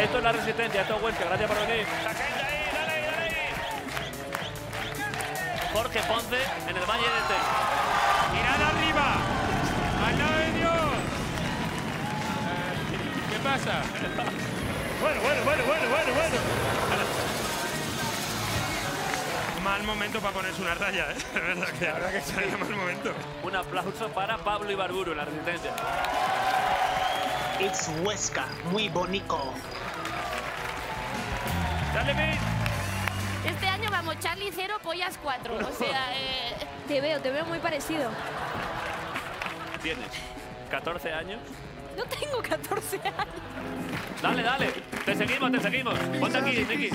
Esto es la resistencia, esto es Huesca, gracias por venir. Saquéis de ahí, dale, dale. Jorge Ponce en el Valle de Ter. Mirad arriba. Al lado de Dios. Eh, ¿Qué pasa? Bueno, bueno, bueno, bueno, bueno, bueno. Mal momento para ponerse una raya, ¿eh? De verdad que, verdad que mal momento. Un aplauso para Pablo Ibarburu en la resistencia. It's Huesca, muy bonito. Dale, Miss. Este año vamos Charlie 0, pollas 4. O sea, eh, Te veo, te veo muy parecido. Tienes 14 años. No tengo 14 años. Dale, dale. Te seguimos, te seguimos. Ponte aquí, Nicky.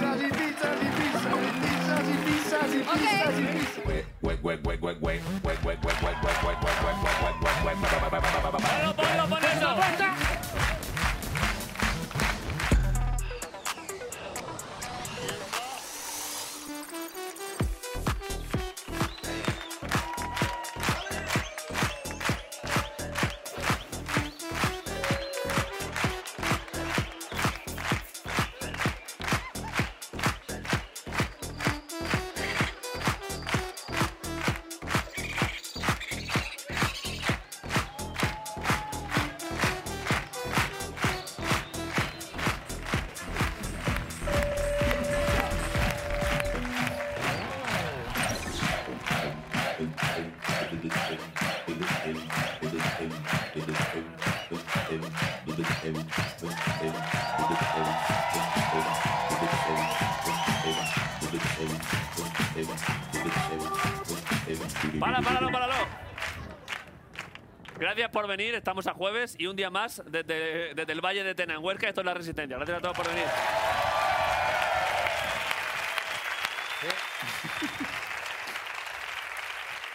Ponlo, ponlo, ponlo eso. Para, páralo, páralo. Gracias por venir, estamos a jueves y un día más desde, desde el Valle de Tenanhuerca. Esto es La Resistencia. Gracias a todos por venir.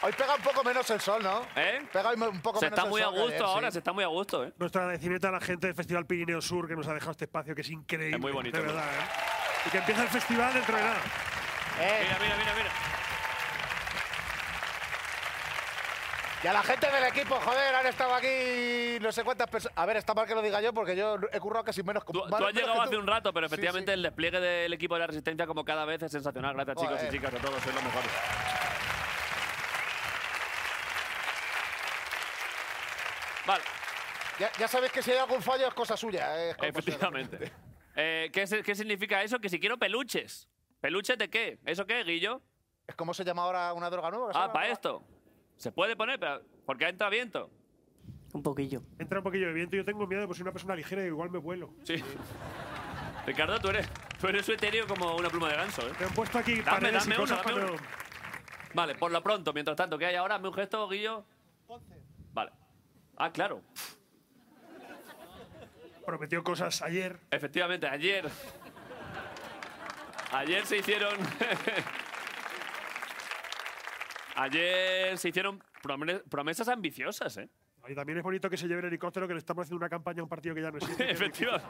Hoy pega un poco menos el sol, ¿no? ¿Eh? Pega hoy un poco Se menos está el muy a sol que gusto ayer, ahora, sí. se está muy a gusto, ¿eh? Nuestro agradecimiento a la gente del Festival Pirineo Sur que nos ha dejado este espacio que es increíble. Es muy bonito, De ¿no? verdad, ¿eh? Y que empieza el festival dentro de nada. Mira, mira, mira, mira. Y a la gente del equipo, joder, han estado aquí no sé cuántas personas. A ver, está mal que lo diga yo porque yo he currado casi menos. Tú, tú has llegado hace un rato, pero efectivamente el despliegue del equipo de la Resistencia como cada vez es sensacional. Gracias chicos y Joder. chicas a todos, sois los mejores. Vale, Ya, ya sabéis que si hay algún fallo es cosa suya. eh, es cosa efectivamente. Eh, ¿qué, se- qué significa eso? Que si quiero peluches. ¿Peluches de qué? ¿Eso qué, Guillo? Es como se llama Pues ahora una droga nueva. Ah, para esto. Se puede poner, pero porque entra viento. Un poquillo. Entra un poquillo de viento y yo tengo miedo, pues soy una persona ligera y igual me vuelo. Sí. Ricardo, tú eres, tú eres etéreo como una pluma de ganso, ¿eh? Me han puesto aquí Dame, paredes dame y cosas uno, dame cuando- Vale, por lo pronto, mientras tanto, ¿qué hay ahora? ¿Me un gesto, Guillo? Vale. Ah, claro. prometió cosas ayer. Efectivamente, ayer. Ayer se hicieron. ayer se hicieron promre- promesas ambiciosas, ¿eh? Y también es bonito que se lleve el helicóptero que le estamos haciendo una campaña a un partido que ya no existe. Efectivamente.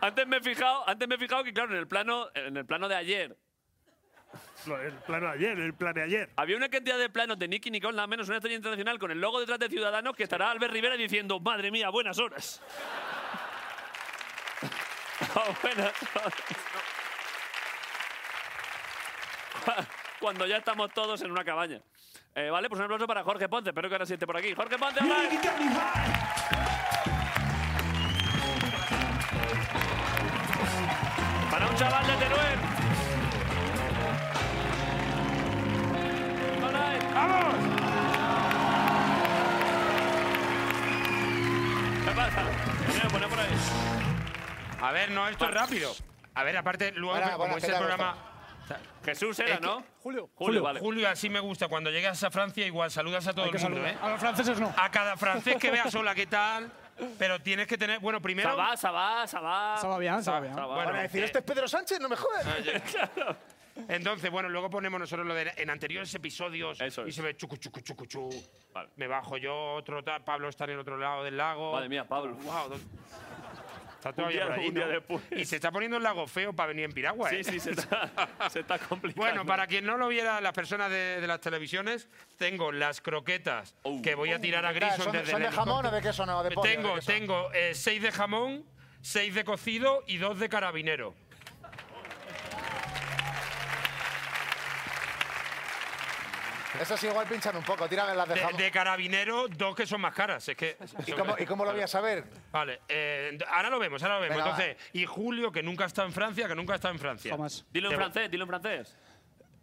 Antes me he fijado, antes me he fijado que claro, en el plano, en el plano de ayer Lo- El plan de ayer, el plan de ayer. había una cantidad de planos de Nicky Nicole, nada menos una estrella internacional con el logo detrás de Ciudadanos que estará Albert Rivera diciendo, madre mía, buenas horas. Ah, buenas horas. Cu- Cuando ya estamos todos en una cabaña. Eh, vale, pues un aplauso para Jorge Ponce. Espero que ahora sí esté por aquí. Jorge Ponce, hola. está, está. Mira, ponlo por ahí. A ver, no, esto es rápido. A ver, aparte, luego, Buena, como buena, es el que te ha programa. Jesús Es era, que- ¿no? Julio. Julio, vale. Julio, así me gusta. Cuando llegas a Francia, igual saludas a todo Hay el que mundo, saludar. ¿eh? A los franceses no. A cada francés que veas, hola, ¿qué tal? Pero tienes que tener. Bueno, primero. Sabá, sabá, sabá. Se va bien, se va bien. Sabá. Bueno, Van a decir, eh, ¿este es Pedro Sánchez? No me jodas. Ah, Entonces, bueno, luego ponemos nosotros lo de en anteriores episodios Eso y es. se ve chucu, chucu, chucu, chu. Vale. Me bajo yo, otro tal, Pablo está en el otro lado del lago. Madre mía, Pablo. Wow, don- Está todavía día- por allí, un día ¿no? después. Y se está poniendo el lago feo para venir en piragua, Sí, ¿eh? sí, se está, se está complicando. Bueno, para quien no lo viera, las personas de, de las televisiones, tengo las croquetas Oh. que voy a tirar a Grison ¿Son, desde son el de jamón o helicóptero. de queso no? De pollo, de Tengo, queso. tengo eh, seis de jamón, seis de cocido y dos de carabinero. Esas igual pinchan un poco, tírame las de De, jamón. de carabinero, dos que son más caras. Es que. ¿Y, cómo, ¿Y cómo lo voy a saber? Vale, eh, ent- ahora lo vemos, ahora lo vemos. Venga, va. Entonces, y Julio, que nunca está en Francia, que nunca está en Francia. Jamás. Dilo en Te- francés, dilo en francés.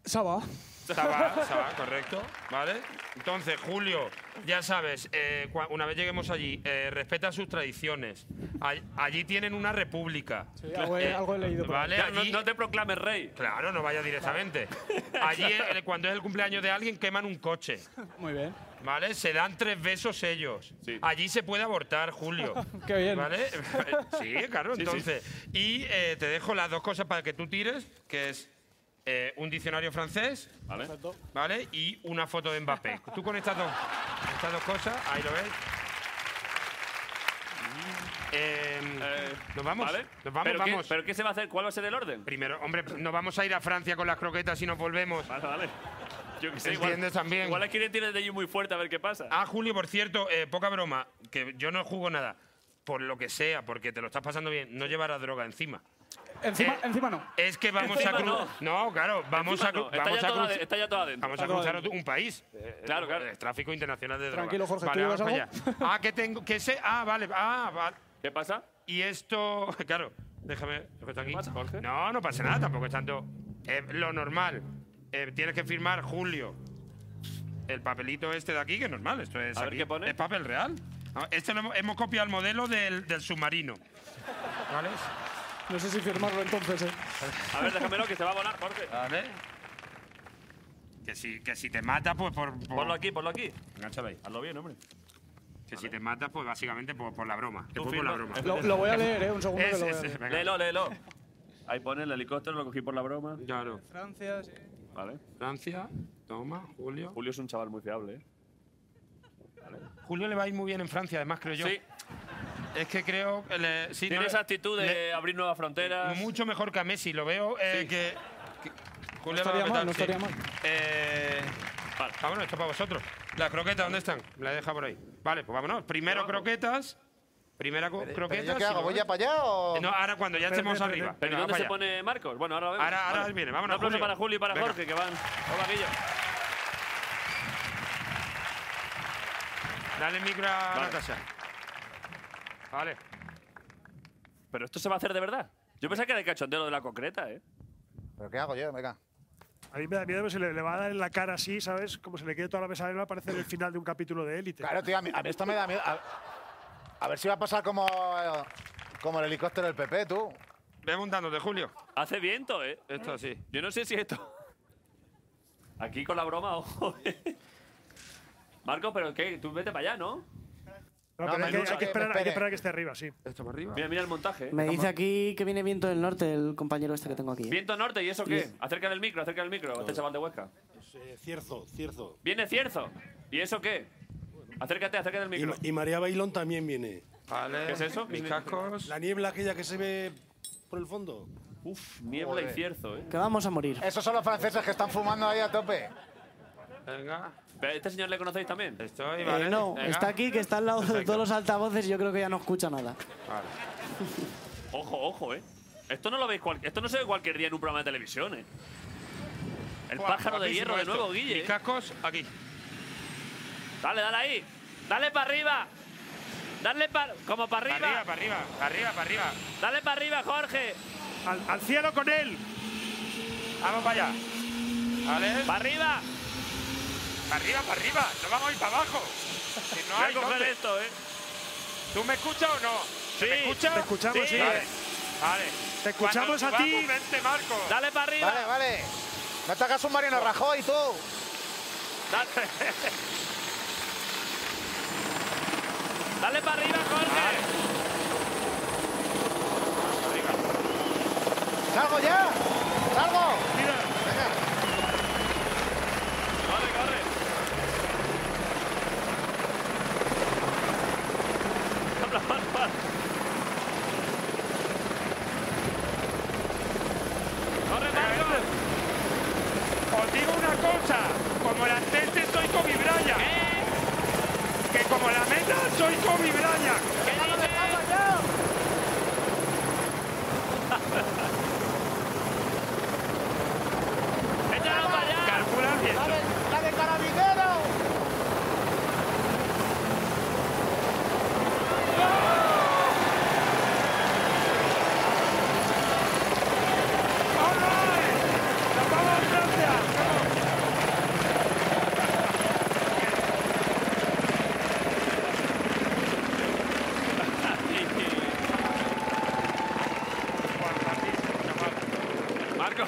Se va. Sabá, sabá, correcto. ¿Vale? Entonces, Julio, ya sabes, eh, cua- una vez lleguemos allí, eh, respeta sus tradiciones. All- allí tienen una república. Sí, algo, he, Eh, algo he leído. por ahí. Vale, Ya, no, allí- no te proclames rey. Claro, no vaya directamente. Allí, eh, cuando es el cumpleaños de alguien, queman un coche. Muy bien. ¿Vale? Se dan tres besos ellos. Sí. Allí se puede abortar, Julio. Qué bien. ¿Vale? sí, claro, entonces. Y eh, te dejo las dos cosas para que tú tires, que es eh, un diccionario francés, Vale. ¿vale? Y una foto de Mbappé. Tú con estas dos, con estas dos cosas, ahí lo ves. Eh, Mm. Eh, nos vamos, ¿Vale? nos vamos, ¿Pero vamos. Qué, ¿Pero qué se va a hacer? ¿Cuál va a ser el orden? Primero, hombre, no vamos a ir a Francia con las croquetas y nos volvemos. Vale, vale. Yo que sé, igual, Entiendes también. Igual es que tiene el de muy fuerte a ver qué pasa. Ah, Julio, por cierto, eh, poca broma, que yo no jugo nada. Por lo que sea, porque te lo estás pasando bien, no llevarás droga encima. Encima, Eh, encima no. Es que vamos Encima a cruzar. no. No. claro, vamos Encima a, cru- no, está, vamos, ya a toda cruz- de- está ya todo adentro. vamos a Todo cruzar adentro. un país. Eh, Claro, eh, claro. el Tráfico internacional de drogas. Tranquilo, Jorge, ¿tú Vale, llevas vamos algo? para allá. Ah, que tengo. Que sé. Ah, vale. Ah, vale. ¿Qué pasa? Y esto. Claro, déjame. lo que está aquí. pasa, Jorge? No, no pasa nada, tampoco es tanto. Eh, lo normal. Eh, tienes que firmar Julio. El papelito este de aquí, que es normal, esto es. A ver aquí. qué pone. Es papel real. Ah, Este lo hemos, hemos copiado el modelo del, del submarino. ¿Vale? No sé si firmarlo entonces. eh. A ver, déjamelo que se va a volar, Jorge. Vale. Que si, que si te mata, pues por. por- Ponlo aquí, ponlo aquí. Enganchalo ahí. Hazlo bien, hombre. Que si te mata, pues básicamente por, por la broma. Que Tú fue por la firma. broma. Lo, lo voy a leer, ¿eh? Un segundo que Es- lo voy es- a leer. venga. Léelo, léelo. Ahí pone el helicóptero, lo cogí por la broma. Claro. Francia, sí. Vale. Francia, toma, Julio. Julio es un chaval muy fiable, ¿eh? Julio le va a ir muy bien en Francia, además, creo yo. Sí, Es que creo que Eh, le- sí, tiene no, esa actitud de le- abrir nuevas fronteras. mucho mejor que a Messi, lo veo eh, que, que- Julio No estaría lo va a mal, no petar, estaría mal. Eh, Vale. Ah, bueno, esto para vosotros. Las croquetas, ¿dónde están? La he dejado por ahí. Vale, pues vámonos. Primero croquetas. Primera co- Pero croquetas. yo qué y hago? luego- ¿Voy ya para allá o...? eh? No, ahora cuando ya estemos espera, arriba. ¿Pero Venga, ¿y dónde va se para allá. pone Marcos? Bueno, ahora lo vemos. Ahora- ahora viene, vámonos, Un aplauso Julio. para Julio y para Venga. Jorge, que van. Hola, Guillo. Dale el micro a Vale. Natasha. Vale. Pero esto se va a hacer de verdad. Yo pensaba que era el cachondeo de la concreta, ¿eh? ¿Pero qué hago yo? Venga. A mí me da miedo que se le, le va a dar en la cara así, ¿sabes? Como se le quede toda la mesa va parece el final de un capítulo de élite. Claro, tío, a mí, a mí esto me da miedo. A, a ver si va a pasar como, eh, como el helicóptero del PP, tú. Ve montándote, Julio. Hace viento, ¿eh? Esto así. Yo no sé si esto. Aquí con la broma, ojo. ¿eh? Marcos, pero ¿qué? Tú vete para allá, ¿no? No, No, pero hay, que, Manucho, hay que esperar, hay que me que espere. esperar a que esté arriba, sí. Esto para arriba. Mira, mira el montaje. ¿eh? Me dice aquí que viene viento del norte el compañero este que tengo aquí. ¿eh? Viento norte, ¿y eso qué? Acerca del micro, acerca del micro, este chaval de Huesca. eh, Cierzo, cierzo. Viene cierzo. ¿Y eso qué? Acércate, acércate del micro. María Bailón también viene. Vale. ¿Qué es eso? Mis cascos. La niebla aquella que se ve por el fondo. Uf, niebla y Pues, Joder. cierzo, ¿eh? Que vamos a morir. Esos son los franceses que están fumando ahí a tope. Venga. Pero ¿a ¿Este señor le conocéis también? Estoy, Eh, vale. no, Venga. está aquí que está al lado de Perfecto. todos los altavoces y yo creo que ya no escucha nada. Vale. Ojo, ojo, ¿eh? Esto no lo veis cual- Esto no se ve cualquier día en un programa de televisión, ¿eh? El Buah, pájaro de guapísimo hierro de esto. nuevo, Guille. Mis ¿eh? cascos, aquí. Dale, dale ahí. Dale para arriba. Dale para. Como para Para arriba. arriba, para arriba. Para arriba, para arriba. Dale para arriba, Jorge. ¡Al, al cielo con él! Vamos para allá. Vale. Para arriba. Para arriba, para arriba. No vamos a ir para abajo. Que no Voy a hay coger dónde. esto, ¿eh? ¿Tú me escuchas o no? ¿Se Sí, ¿Me escuchas? te escuchamos, sí. Vale. vale. Te escuchamos Cuando a ti. subamos, Vente, Marco. Dale para arriba. Vale, vale. No te hagas un Mariano Rajoy, tú. Dale, Dale para arriba, Jorge. ¡Salgo ya! ¡Salgo! Mira. Corre, corre. Corre, Marco. Os digo una cosa, como la gente soy Kobe Bryant. Que como la meta soy Kobe Bryant. Échalo para allá. Calcula bien. ¡La de, la de carabinero! Marco.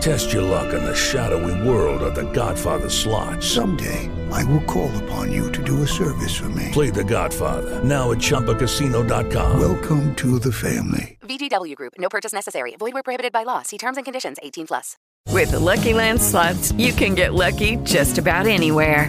Test your luck in the shadowy world of The Godfather slot. Someday, I will call upon you to do a service for me. Play The Godfather now at ChumbaCasino.com. Welcome to the family. VGW Group. No purchase necessary. Void where prohibited by law. See terms and conditions. 18 plus. With the Lucky Land slots, you can get lucky just about anywhere.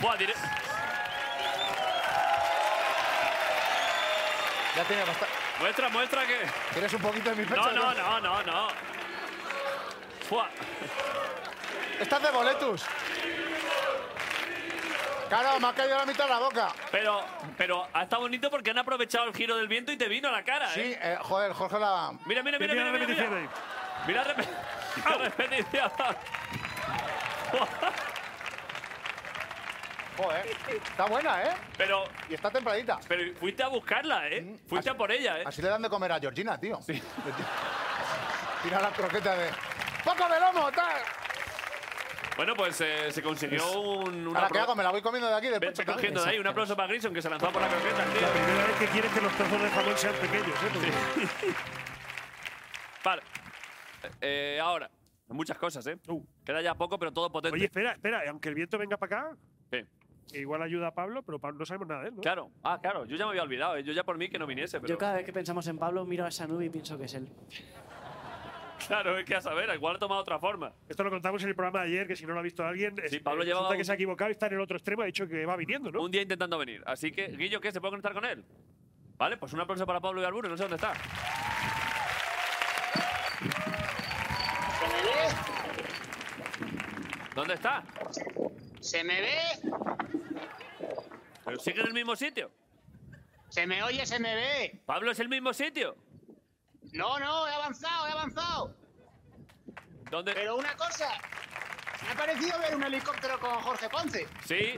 Buah, dire- Ya tiene bastante. Muestra, muestra que. ¿Quieres un poquito de mi pecho? No, no, no, no, no. Buah. Estás de boletus. Claro, me ha caído la mitad de la boca. Pero, pero ha estado bonito porque han aprovechado el giro del viento y te vino a la cara, Sí, ¿eh? eh, joder, Jorge la. Mira, mira, mira, mira, mira. Mira, mira, mira, la repe- la repetición. Joder. Está buena, ¿eh? Pero, Y está templadita. Mm. pero fuiste a buscarla, ¿eh? Fuiste a por ella, ¿eh? Así le dan de comer a Georgina, tío. Tira la croqueta de. ¡Poco de lomo! Tal. Bueno, pues eh, se consiguió un... una Ahora, ¿qué pro- hago? Me la voy comiendo de aquí, del Ve- pecho. ve cogiendo de ahí. Un aplauso para Grison, que se lanzó por la croqueta, tío. La primera vez que quieres que los trozos de jamón sean pequeños, ¿eh? Porque- Vale. Eh, ahora. Muchas cosas, ¿eh? Queda ya poco, pero todo potente. Oye, espera, espera, aunque el viento venga para acá, Sí. que igual ayuda a Pablo, pero Pablo no sabemos nada de él, ¿no? Claro. Ah, claro. Yo ya me había olvidado. ¿eh? Yo ya por mí que no viniese, pero... Yo cada vez que pensamos en Pablo miro a esa nube y pienso que es él. Claro, es que a saber. Igual ha tomado otra forma. Esto lo contamos en el programa de ayer, que si no lo ha visto alguien, es- Sí, Pablo eh, llevaba resulta un- que se ha equivocado y está en el otro extremo, ha dicho que va viniendo, ¿no? Un día intentando venir. Así que, Guillo, ¿qué? ¿Se puede conectar con él? Vale, pues un aplauso para Pablo Ibarburu. No sé dónde está. ¿Se me ve? ¿Dónde está? ¿Se me ve? ¿Pero sigue en el mismo sitio? ¿Se me oye? ¿Se me ve? ¿Pablo es el mismo sitio? No, no, he avanzado, he avanzado. ¿Dónde? Pero una cosa, me ha parecido ver un helicóptero con Jorge Ponce. Sí.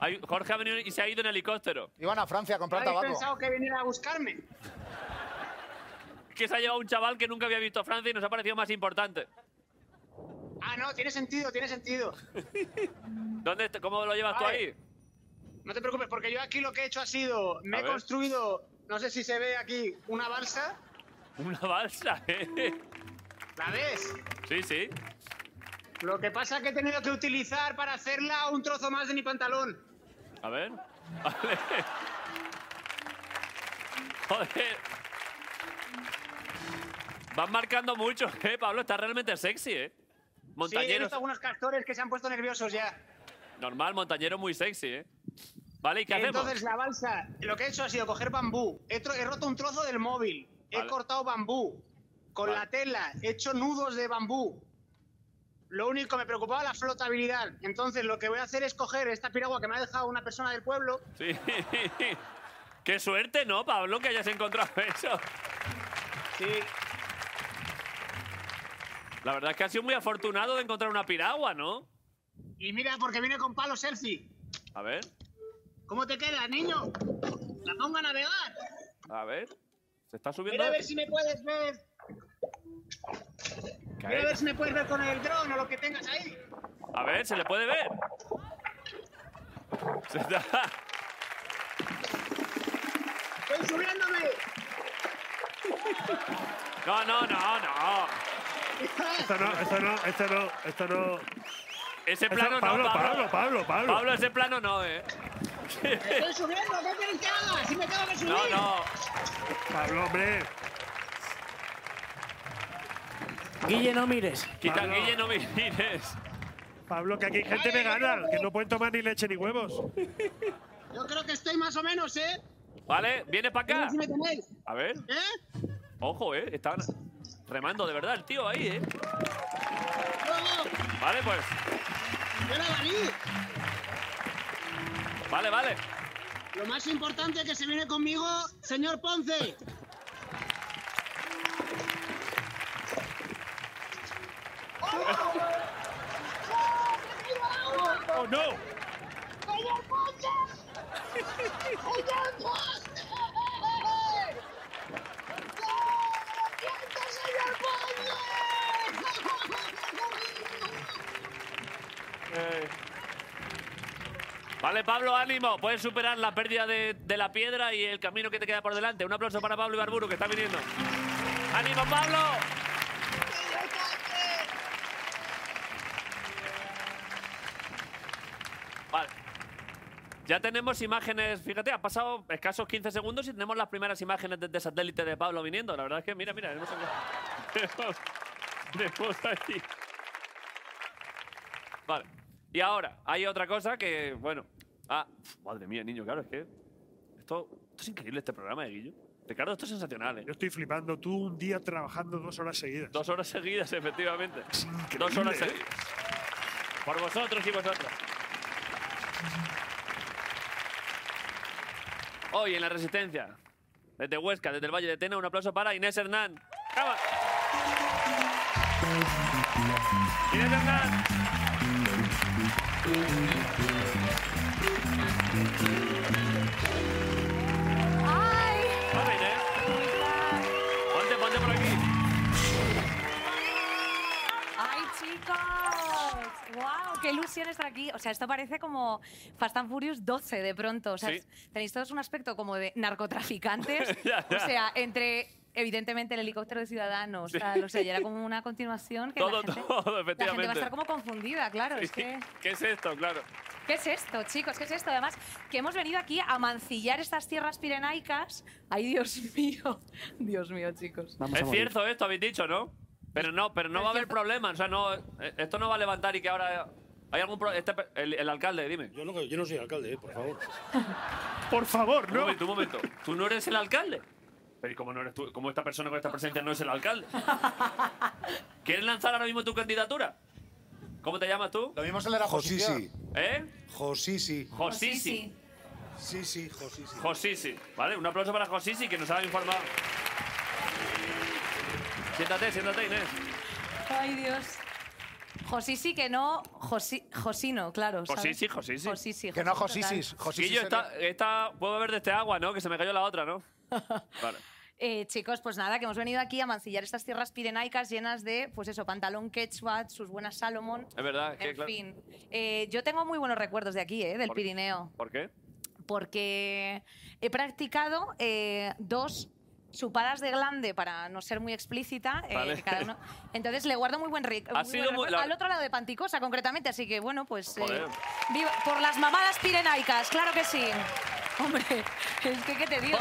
Hay- Jorge ha venido y se ha ido en helicóptero. Iban a Francia a comprar ¿Habéis tabaco. pensado que viniera a buscarme? que se ha llevado un chaval que nunca había visto a Francia y nos ha parecido más importante. Ah, no, tiene sentido, tiene sentido. ¿Dónde, est- ¿Cómo lo llevas tú Vale. ahí? No te preocupes, porque yo aquí lo que he hecho ha sido, me A he ver. construido, no sé si se ve aquí, una balsa. Una balsa, ¿eh? ¿La ves? Sí, sí. Lo que pasa es que he tenido que utilizar para hacerla un trozo más de mi pantalón. A ver. Vale. Joder. Van marcando mucho, ¿eh, Pablo? Está realmente sexy, ¿eh? Sí, he Montañeros. visto algunos castores que se han puesto nerviosos ya. Normal, montañero muy sexy, ¿eh? Vale, ¿y qué hacemos? Entonces la balsa, lo que he hecho ha sido coger bambú, he, tro- he roto un trozo del móvil, he Vale. cortado bambú, con Vale. la tela he hecho nudos de bambú. Lo único me preocupaba la flotabilidad. Entonces lo que voy a hacer es coger esta piragua que me ha dejado una persona del pueblo. Sí. Qué suerte, ¿no, Pablo, que hayas encontrado eso? Sí. La verdad es que has sido muy afortunado de encontrar una piragua, ¿no? Y mira, porque viene con palo selfie. A ver, ¿Cómo te queda, niño? La pongo a navegar. a ver. Se está subiendo. Mira a ver si me puedes ver. Cae. Mira a ver si me puedes ver con el dron o lo que tengas ahí. A ver, ¿se le puede ver? Se está... ¡Estoy subiéndome! No, no, no, no. Esto no, esto no, esto no, esto no. Ese Eso- plano Pablo, no, Pablo, Pablo. Pablo, Pablo. Pablo, ese plano no, ¿eh? ¡Estoy subiendo! ¿Qué quieres que haga? ¡Si me tengo que subir! No, no. Pablo, hombre. Guille, no mires. Quita, Pablo. Guille, no me mires. Pablo, que aquí hay gente vegana, que no pueden tomar ni leche ni huevos. Yo creo que estoy más o menos, ¿eh? Vale, viene para Mira acá. si me tenéis. A ver. ¿Eh? Ojo, ¿eh? Está remando de verdad el tío ahí, ¿eh? ¡Luego! Vale, pues. ¡Mira, David! Vale, vale. Lo más importante es que se viene conmigo, señor Ponce. ¡Oh, no! ¡Señor Ponce! ¡Señor Ponce! Vale, Pablo, ánimo. Puedes superar la pérdida de, de la piedra y el camino que te queda por delante. Un aplauso para Pablo Ibarburu, que está viniendo. ¡Ánimo, Pablo! Vale. Ya tenemos imágenes, fíjate, ha pasado escasos 15 segundos y tenemos las primeras imágenes desde satélite de Pablo viniendo. La verdad es que, mira, mira, hemos, tenemos- tenemos aquí. Vale. Y ahora, hay otra cosa que, bueno. Ah, pf, madre mía, niño, claro, es que. Esto, esto es increíble este programa de Guillo. Ricardo, esto es sensacional, ¿eh? Yo estoy flipando. Tú un día trabajando dos horas seguidas. Dos horas seguidas, efectivamente. increíble, Dos horas ¿eh? seguidas. Por vosotros y vosotras. Hoy en La Resistencia, desde Huesca, desde el Valle de Tena, un aplauso para Inés Hernán. ¡Cama! Inés Hernán. Hola, Inés. Ponte, ponte por aquí. ¡Ay, chicos! ¡Wow! ¡Qué ilusión estar aquí! O sea, esto parece como Fast and Furious 12 de pronto. O sea, Sí. es- tenéis todos un aspecto como de narcotraficantes. Ya, ya. O sea, entre, evidentemente, el helicóptero de Ciudadanos. Sí. tal, O sea, ya era como una continuación que Todo, la, gente, todo, la gente va a efectivamente. estar como confundida, claro. Es Sí. que... ¿Qué es esto? Claro. ¿Qué es esto, chicos? ¿Qué es esto? Además, que hemos venido aquí a mancillar estas tierras pirenaicas. ¡Ay, Dios mío! Dios mío, chicos. es cierto esto, habéis dicho, ¿no? Pero no, pero no va a haber problema. O sea, no, eh, esto no va a levantar y que ahora hay algún pro- este pe- el, el alcalde, dime. Yo no, yo no soy alcalde, eh, por favor. Por favor, Un momento, un momento. Tú no eres el alcalde. Pero ¿y cómo no eres tú? ¿Cómo esta persona con esta presencia no es el alcalde? ¿Quieres lanzar ahora mismo tu candidatura? ¿Cómo te llamas tú? Lo mismo se le da Josisi. ¿Eh? Josisi. Josisi. Sí, sí, Josisi. Josisi. Vale, un aplauso para Josisi que nos ha informado. Siéntate, siéntate, Inés. Ay, Dios. Josisi que no, Josi, Josino, claro. ¿sabes? Josisi, Josisi. Josisi, Que no Josito, Josisis. tal. Guillo, esta, esta, puedo beber de este agua, ¿no? Que se me cayó la otra, ¿no? Vale. Eh, chicos, pues nada, que hemos venido aquí a mancillar estas tierras pirenaicas llenas de, pues eso, pantalón quechua, sus buenas Salomón. Es verdad, que en claro- fin. Eh, yo tengo muy buenos recuerdos de aquí, eh, del ¿Por- Pirineo, ¿Por qué? porque he practicado eh, dos chupadas de glande, para no ser muy explícita. eh, Vale. que cada uno- Entonces le guardo muy buen rico. Ha sido muy- la- Al otro lado de Panticosa, concretamente, así que bueno, pues... eh, Joder. viva- por las mamadas pirenaicas, claro que sí. Hombre, es que, ¿qué te digo?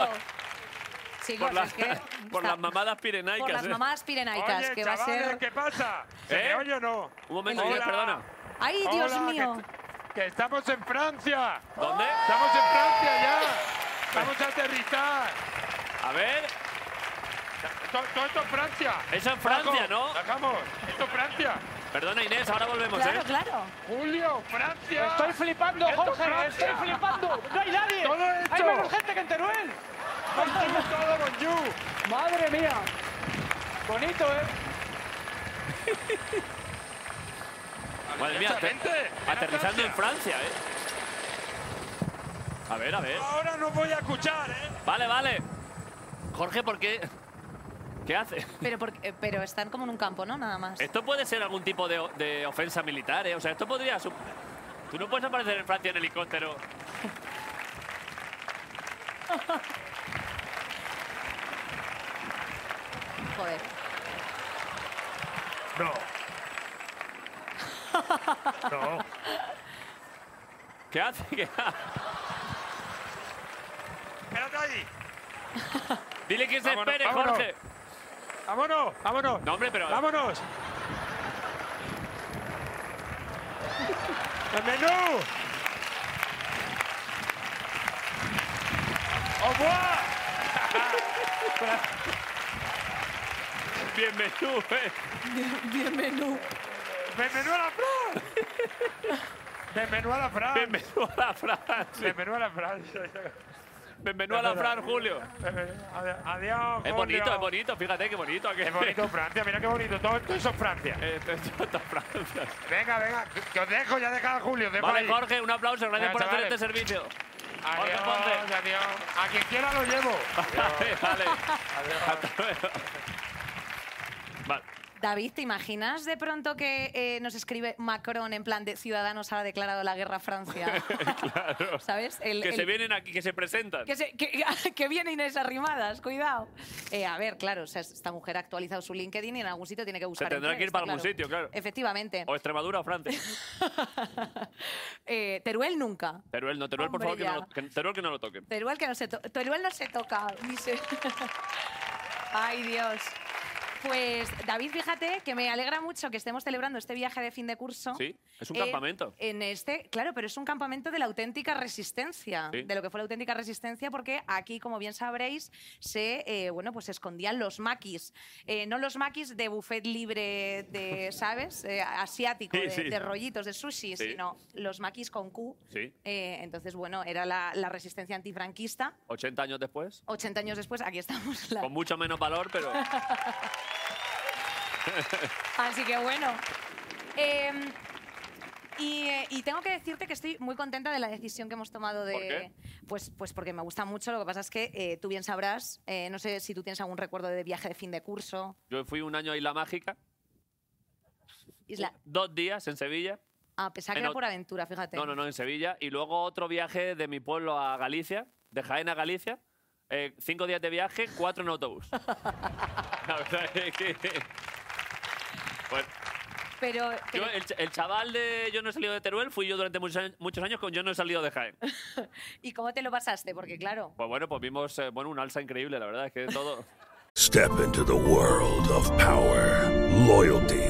Chicos, por la- es que... por las mamadas pirenaicas. Por las eh. mamadas pirenaicas, Oye, que va a chavales, ser. ¿qué pasa? ¿Se ¿Eh? me oye o no? Un momento, Inés, perdona. ¡Ay, Dios Hola, mío! que est- Que, estamos en Francia. ¿Dónde? Estamos en Francia ya. Vamos a aterrizar. A ver. Todo, esto es Francia. Eso es Francia, ¿no? Dejamos. Esto es Francia. Perdona, Inés, ahora volvemos, Claro, ¿eh? claro. Julio, Francia. Estoy flipando, Esto es Jorge. Francia. Estoy flipando. No hay nadie. Todo Hay hecho. menos gente que en Teruel. todo Madre mía. Bonito, ¿eh? Madre mía, ater- Exactamente, era aterrizando en Francia. Francia, ¿eh? A ver, a ver. Ahora no voy a escuchar, ¿eh? Vale, vale. Jorge, ¿por qué? ¿Qué hace? Pero, por- eh, pero están como en un campo, ¿no? Nada más. Esto puede ser algún tipo de, o- de ofensa militar, ¿eh? O sea, esto podría... su- Tú no puedes aparecer en Francia en helicóptero. Joder. No. No. ¿Qué hace? ¿Qué hace? Espérate ahí. Dile que se Vámonos, espere, vámonos. Jorge. Vámonos, vámonos. No, hombre, pero... Vámonos. ¡El menú! ¡Au revoir! Bienvenido, eh. Bienvenido. ¡Bienvenido a la Fran! ¡Bienvenido a la Fran! Bienvenido a la Fran. ¡Bienvenido a la Fran! eh, Bienvenido a la Fran, Julio. Ade- Adiós, Es Julio. bonito, es bonito. Fíjate qué bonito. Que Es bonito Francia, mira qué bonito. Todo esto es Francia. Eh, Esto es toda Francia. Venga, venga, que- que os dejo, ya deja a Julio. os dejo Vale, ahí. Jorge, un aplauso. Venga, Gracias por hacer chavales. este servicio. Adiós, Jorge Ponce. adiós. A quien quiera lo llevo. Vale, vale. Adiós. Hasta luego. Vale. David, ¿te imaginas de pronto que eh, nos escribe Macron en plan de Ciudadanos ha declarado la guerra a Francia? Claro. ¿Sabes? El- que se el- vienen aquí, que se presentan. Que, se- que, que viene Inés Arrimadas, cuidado. Eh, a ver, claro, o sea, esta mujer ha actualizado su LinkedIn y en algún sitio tiene que Se buscar. tendrá empleo, que ir está para algún claro. sitio, claro. Efectivamente. O Extremadura o Francia. Eh, Teruel nunca. Teruel, no, Teruel, por favor, Hombre, que no, ya. lo, que, Teruel que no lo toquen. Teruel que no se, to- Teruel no se toca, ni se- Ay, Dios. Pues, David, fíjate que me alegra mucho que estemos celebrando este viaje de fin de curso. Sí, es un en- campamento. En este, claro, pero es un campamento de la auténtica resistencia, Sí. de lo que fue la auténtica resistencia, porque aquí, como bien sabréis, se, eh, bueno, pues se escondían los maquis. Eh, no los maquis de buffet libre de, ¿sabes? Eh, asiático, Sí, de, sí. de rollitos, de sushi, Sí. sino los maquis con Q. Sí. Eh, entonces, bueno, era la, la resistencia antifranquista. 80 años después. 80 años después, aquí estamos. la- Con mucho menos valor, pero. Así que bueno. Em, y, eh, y tengo que decirte que estoy muy contenta de la decisión que hemos tomado de... ¿Por Eh, qué? Pues, pues porque me gusta mucho, lo que pasa es que eh, tú bien sabrás, eh, no sé si tú tienes algún recuerdo de viaje de fin de curso. Yo fui un año a Isla Mágica, Isla... dos días en Sevilla. Ah, pensaba que En era o- por aventura, fíjate. Eh, No, no, no, en Sevilla. Y luego otro viaje de mi pueblo a Galicia, de Jaén a Galicia. Eh, cinco días de viaje, cuatro en autobús. La verdad es que. Bueno, Pero, yo, pero- el, ch- el chaval de Yo no he salido de Teruel fui yo durante muchos años, muchos años con Yo no he salido de Jaén. ¿Y cómo te lo pasaste? Porque claro... Pues bueno, pues vimos eh, bueno, un alza increíble, la verdad es que todo. Step into the world of power, loyalty,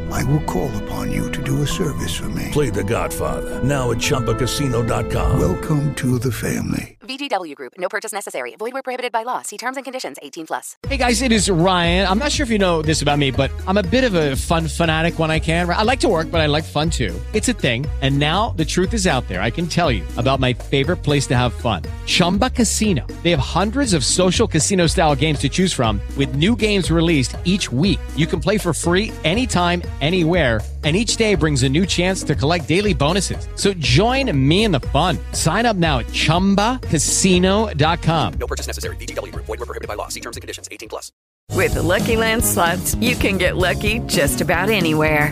I will call upon you to do a service for me. Play The Godfather now at ChumbaCasino.com. Welcome to the family. VGW Group. No purchase necessary. Void where prohibited by law. See terms and conditions. 18 plus. Hey guys, it is Ryan. I'm not sure if you know this about me, but I'm a bit of a fun fanatic when I can. I like to work, but I like fun too. It's a thing. And now the truth is out there. I can tell you about my favorite place to have fun Chumba Casino. They have hundreds of social casino style games to choose from, with new games released each week. You can play for free anytime, anywhere. And each day brings a new chance to collect daily bonuses. So join me in the fun. Sign up now at chumbacasino.com. No purchase necessary. VGW Group. Void were prohibited by law. See terms and conditions. 18 plus. With the Lucky Land slots, you can get lucky just about anywhere.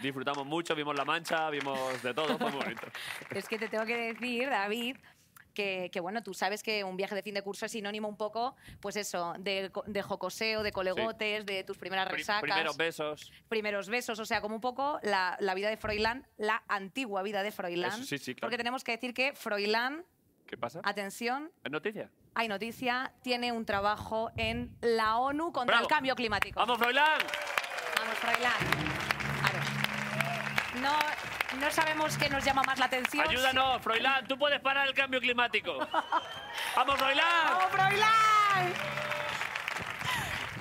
Disfrutamos mucho, vimos La Mancha, vimos de todo, fue muy bonito. Es que te tengo que decir, David, que, que, bueno, tú sabes que un viaje de fin de curso es sinónimo un poco, pues eso, de, co- de jocoseo, de colegotes, de tus primeras Pri- resacas. primeros besos. primeros besos, o sea, como un poco la, la vida de Froilán, la antigua vida de Froilán. Eso sí, sí, claro. Porque tenemos que decir que Froilán, ¿Qué pasa? atención, ¿Es noticia? hay noticia, tiene un trabajo en la ONU contra Bravo. el cambio climático. ¡Vamos, Froilán! Vamos, Froilán. Claro. No, no sabemos qué nos llama más la atención. Ayúdanos, Froilán, tú puedes parar el cambio climático. ¡Vamos, Froilán! ¡Vamos, Froilán!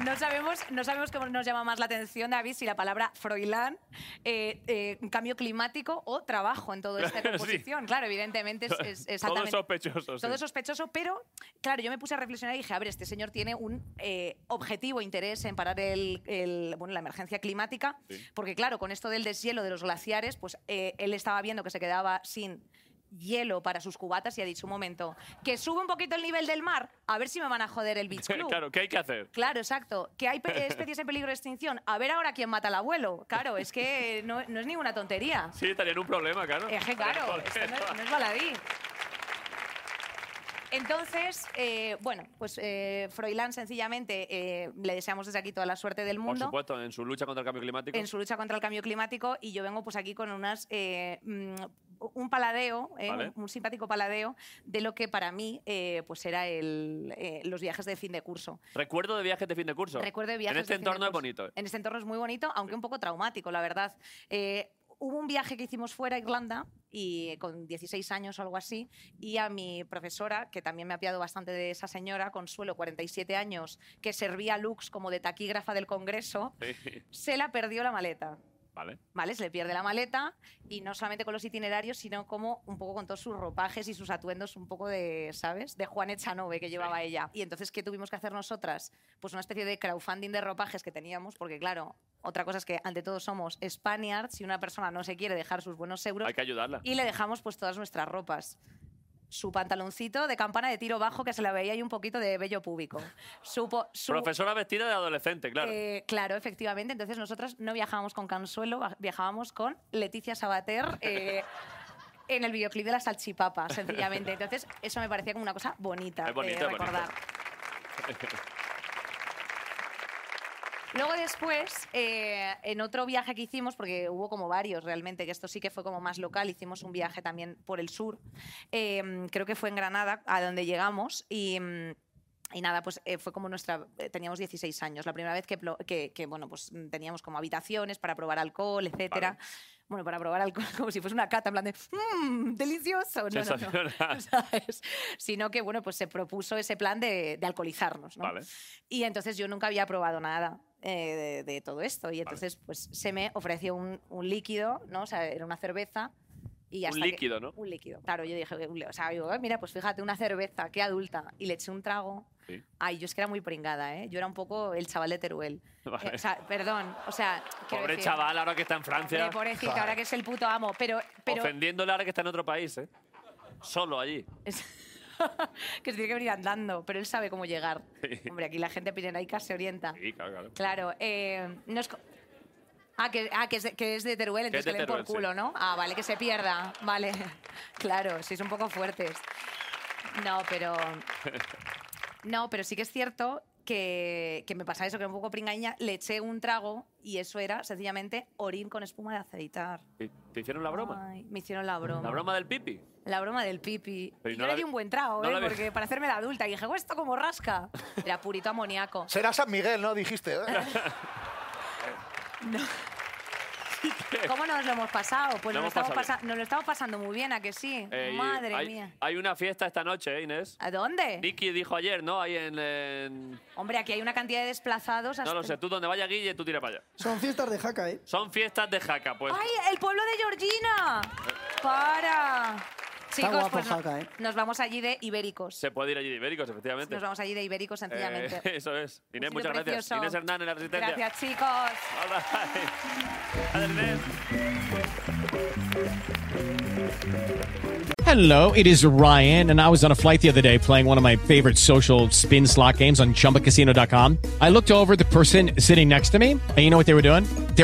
No sabemos, no sabemos cómo nos llama más la atención, David, si la palabra Froilán, eh, eh, cambio climático o trabajo en toda esta Sí. composición. Claro, evidentemente es, es Todo exactamente. sospechoso, sí. Todo sospechoso, pero claro, yo me puse a reflexionar y dije, a ver, este señor tiene un eh, objetivo interés en parar el, el- bueno, la emergencia climática, Sí. porque claro, con esto del deshielo de los glaciares, pues eh, él estaba viendo que se quedaba sin hielo para sus cubatas y ha dicho un momento que sube un poquito el nivel del mar a ver si me van a joder el beach club claro, ¿qué hay que hacer? Claro, exacto. Que hay pe- especies en peligro de extinción. A ver ahora quién mata al abuelo. Claro, es que no, no es ninguna tontería. Sí, estaría en un problema, claro. Es que claro, esto no, es- no es baladí. Entonces, eh, bueno, pues eh, Froilán sencillamente eh, le deseamos desde aquí toda la suerte del Por mundo supuesto, en su lucha contra el cambio climático. en su lucha contra el cambio climático y yo vengo pues aquí con unas eh, mm, un paladeo, eh, Vale. un, un simpático paladeo de lo que para mí eh, pues era el, eh, los viajes de fin de curso. Recuerdo de viajes de fin de curso. Recuerdo de viajes En este de fin de entorno es curso. bonito. ¿eh? En este entorno es muy bonito, aunque un poco traumático, la verdad. Eh, hubo un viaje que hicimos fuera a Irlanda y con 16 años o algo así, y a mi profesora, que también me ha apiado bastante de esa señora, Consuelo, 47 años, que servía a Lux como de taquígrafa del Congreso, Sí. se la perdió la maleta. Vale. ¿Vale? Se le pierde la maleta y no solamente con los itinerarios, sino como un poco con todos sus ropajes y sus atuendos, un poco de, ¿sabes? De Juan Echanove que llevaba ella. Y entonces, ¿qué tuvimos que hacer nosotras? Pues una especie de crowdfunding de ropajes que teníamos, porque claro, otra cosa es que ante todo somos Spaniards, si una persona no se quiere dejar sus buenos euros, Hay que ayudarla. y le dejamos pues todas nuestras ropas. Su pantaloncito de campana de tiro bajo que se le veía y un poquito de vello púbico. Su, po- su- Profesora vestida de adolescente, claro. eh, claro, efectivamente. Entonces nosotras no viajábamos con Consuelo, va- viajábamos con Leticia Sabater eh, en el videoclip de la salchipapa, sencillamente. Entonces eso me parecía como una cosa bonita Es bonito, de eh, es bonito. recordar. Luego después, eh, en otro viaje que hicimos, porque hubo como varios realmente, que esto sí que fue como más local, hicimos un viaje también por el sur, eh, creo que fue en Granada, a donde llegamos, y, mm, y nada, pues eh, fue como nuestra, eh, teníamos 16 años, la primera vez que, plo- que, que, bueno, pues mm, teníamos como habitaciones para probar alcohol, etcétera. Bueno, para probar alcohol como si fuese una cata, en plan de, mmm, delicioso. No, no, no. Sensacional. ¿sabes? Sino que, bueno, pues se propuso ese plan de, de alcoholizarnos, ¿no? Vale. Y entonces yo nunca había probado nada eh, de, de todo esto. Y entonces, pues se me ofreció un, un líquido, ¿no? O sea, era una cerveza. Y Un hasta que- líquido, ¿no? Un líquido. Claro, yo dije, un li- o sea, digo, "Ay, mira, pues fíjate, una cerveza, qué adulta. Y le eché un trago. Sí. Ay, yo es que era muy pringada, ¿eh? Yo era un poco el chaval de Teruel. Vale. Eh, o sea, perdón, o sea. quiero Pobre decir, chaval, ahora que está en hombre, Francia. pobrecito, ahora que es el puto amo. Pero, pero Ofendiéndole ahora que está en otro país, ¿eh? Solo allí. que se tiene que venir andando, pero él sabe cómo llegar. Hombre, aquí la gente pirenaica se orienta. Sí, claro, claro. Claro, eh, no es co- Ah, que, ah, que es de, que es de Teruel, Que es entonces que de le den por Teruel, sí. culo, ¿no? Ah, vale, que se pierda. Vale, claro, sois un poco fuertes. No, pero... No, pero sí que es cierto que, que me pasa eso, que era un poco pringaña, le eché un trago y eso era sencillamente orín con espuma de aceitar. ¿Te- ¿Te hicieron la broma? Ay, me hicieron la broma. ¿La broma del pipi? La broma del pipi. Pero Y no yo la le di vi- un buen trago, no ¿eh? la vi- Porque para hacerme la adulta. Y dije, "Oh, esto como rasca. Era purito amoníaco. Será San Miguel, ¿no? Dijiste. ¿eh? ¿Cómo nos lo hemos pasado? Pues Lo hemos nos, lo estamos pasado pasa- nos lo estamos pasando muy bien, ¿a que sí? Eh, y Madre hay, mía. Hay una fiesta esta noche, ¿eh, Inés. ¿A dónde? Nicky dijo ayer, ¿no? Ahí en. en- Hombre, aquí hay una cantidad de desplazados. No hasta- lo sé, tú donde vaya Guille, tú tira para allá. Son fiestas de jaca, ¿eh? Son fiestas de jaca, pues. ¡Ay, el pueblo de Georgina! ¡Para! Chicos, guapo pues no- Jaca, ¿eh? nos vamos allí de ibéricos. Se puede ir allí de Ibéricos, efectivamente. Nos vamos allí de ibéricos, sencillamente. Eh, eso es. Inés, sitio muchas gracias. precioso. Inés Hernández, La Resistencia. Gracias, chicos. Hello, it is Ryan, and I was on a flight the other day playing one of my favorite social spin slot games on chumbacasino.com. I looked over at the person sitting next to me, and you know what they were doing? They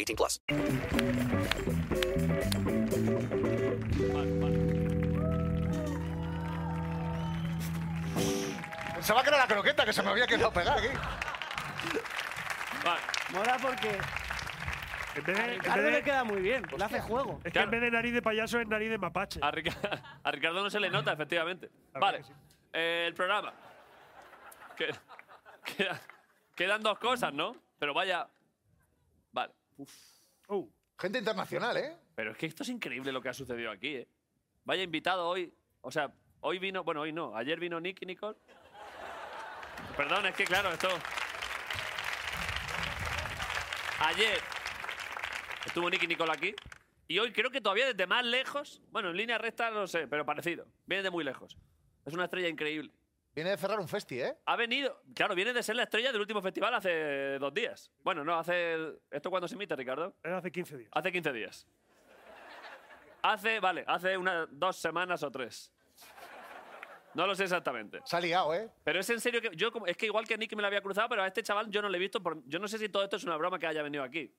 18 plus. Pensaba que era la croqueta que se me había quedado pegada aquí. Mola porque En vez de- a en Ricardo vez de- le queda muy bien, le hace juego. Es que en vez de nariz de payaso es nariz de mapache. A, Rica- a Ricardo no se le nota, efectivamente. Vale. Eh, el programa. Que- queda- quedan dos cosas, ¿no? Pero vaya. Vale. Gente internacional, ¿eh? Pero es que esto es increíble lo que ha sucedido aquí, ¿eh? Vaya invitado hoy. O sea, hoy vino. Bueno, hoy no. Ayer vino Nicky Nicole. Perdón, es que claro, esto. Ayer estuvo Nicky Nicole aquí. Y hoy creo que todavía desde más lejos. Bueno, en línea recta no sé, pero parecido. Viene de muy lejos. Es una estrella increíble. Viene de cerrar un festi, ¿eh? Ha venido. Claro, viene de ser la estrella del último festival hace dos días. Bueno, no, hace. ¿Esto cuándo se emite, Ricardo? Hace 15 días. Hace 15 días. Hace, vale, hace unas dos semanas o tres. No lo sé exactamente. Se ha liado, ¿eh? Pero es en serio que yo como- es que igual que a Nicky me la había cruzado, pero a este chaval yo no le he visto. por- yo no sé si todo esto es una broma que haya venido aquí.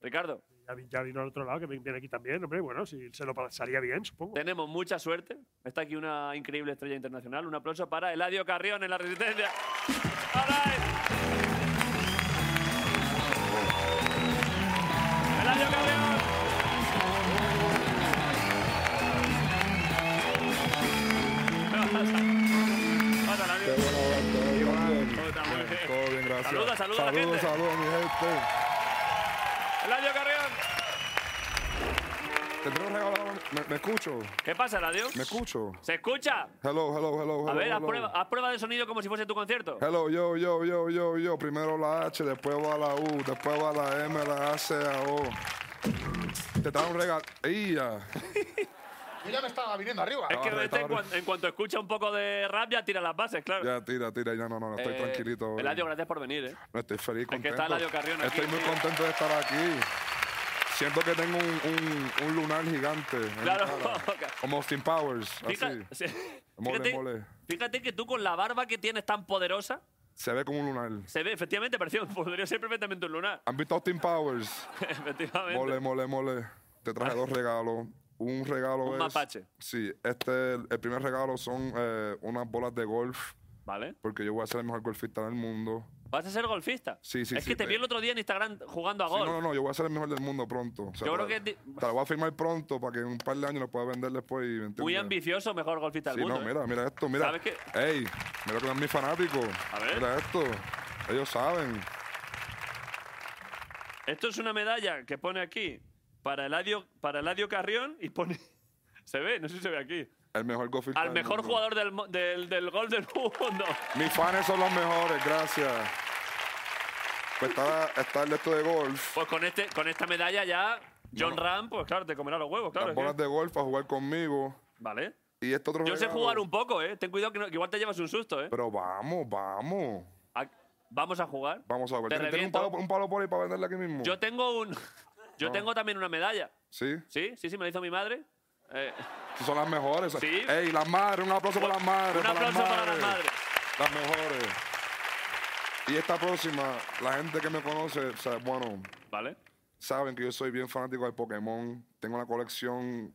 Ricardo, Ya, vi- ya vino al otro lado, que viene aquí también, hombre. Bueno, si se lo pasaría bien, supongo. tenemos mucha suerte. Está aquí una increíble estrella internacional. Un aplauso para Eladio Carrión en la Resistencia. Todo bien, gracias. Saluda, saluda a la saludos, gente. saludos, mi gente. Eladio Carrión. Te quiero regalar un- ¿Me, me escucho? ¿Qué pasa, Eladio? ¿Me escucho? ¿Se escucha? Hello, hello, hello, hello. A ver, haz hello. prueba, haz prueba de sonido como si fuese tu concierto. Hello, yo, yo, yo, yo, yo. Primero la H, después va la U, después va la M, la A, C, A, O. Te trae un regalo. ¡Iya! Yo ya me estaba viniendo arriba. Es que Ahora, este, en, ahora. cuan- en cuanto escucha un poco de rap ya tira las bases, claro. Ya, tira, tira. Ya, no, no, no. Estoy Eh, tranquilito. hoy. Eladio, gracias por venir, ¿eh? No, estoy feliz, Es contento. que está Eladio Carrión aquí, Estoy muy tío. contento de estar aquí. Siento que tengo un, un- un lunar gigante. en mi Claro. cara. Como Austin Powers, Fija- así. sí. Ah, Mole, Fíjate- mole. Fíjate que tú con la barba que tienes tan poderosa, Se ve como un lunar. se ve efectivamente parecido, podría ser perfectamente un lunar. ¿Han visto Austin Powers? efectivamente. Mole, mole, mole. Te traje dos regalos. un regalo Un es- mapache. Sí, este, el primer regalo son eh, unas bolas de golf. Vale. Porque yo voy a ser el mejor golfista del mundo. ¿Vas a ser golfista? Sí, sí, Es sí, que te te- vi el otro día en Instagram jugando a Sí, golf. no, no, no, yo voy a ser el mejor del mundo pronto. O sea, te Yo creo la- que es di- Te la voy a firmar pronto para que en un par de años lo pueda vender después y me Muy entiendes? ambicioso, mejor golfista del Sí, mundo. mundo, no, ¿eh? mira, mira esto, mira. ¿Sabes qué? Ey, mira que son mis fanáticos. ver. Mira esto. Ellos saben. Esto es una medalla que pone aquí para Eladio, para Eladio Carrión y pone. Se ve, no sé si se ve aquí. El mejor golfista. Al del mejor mundo. jugador del, mo- del, del gol del mundo. Mis fans son los mejores, gracias. Pues está, está el de esto de golf. Pues con, este, con esta medalla ya, John Ram, pues claro, te comerá los huevos, claro. las es que- bolas de golf a jugar conmigo. Vale. Y este otro Yo sé regalo- jugar un poco, ¿eh? Ten cuidado que, no- que igual te llevas un susto, ¿eh? Pero vamos, vamos. A- Vamos a jugar. Vamos a ver. Te ¿Tienes, tienes un, reviento. palo, un palo por ahí para venderle aquí mismo? Yo tengo un. Yo Ah. tengo también una medalla. Sí. Sí, sí, sí, me la hizo mi madre. Eh, Son las mejores. Sí. Ey, las madres, un aplauso Ah, para las madres. un aplauso para las madres. Las mejores. Y esta próxima, la gente que me conoce, o sea, bueno, vale. saben que yo soy bien fanático de Pokémon. Tengo una colección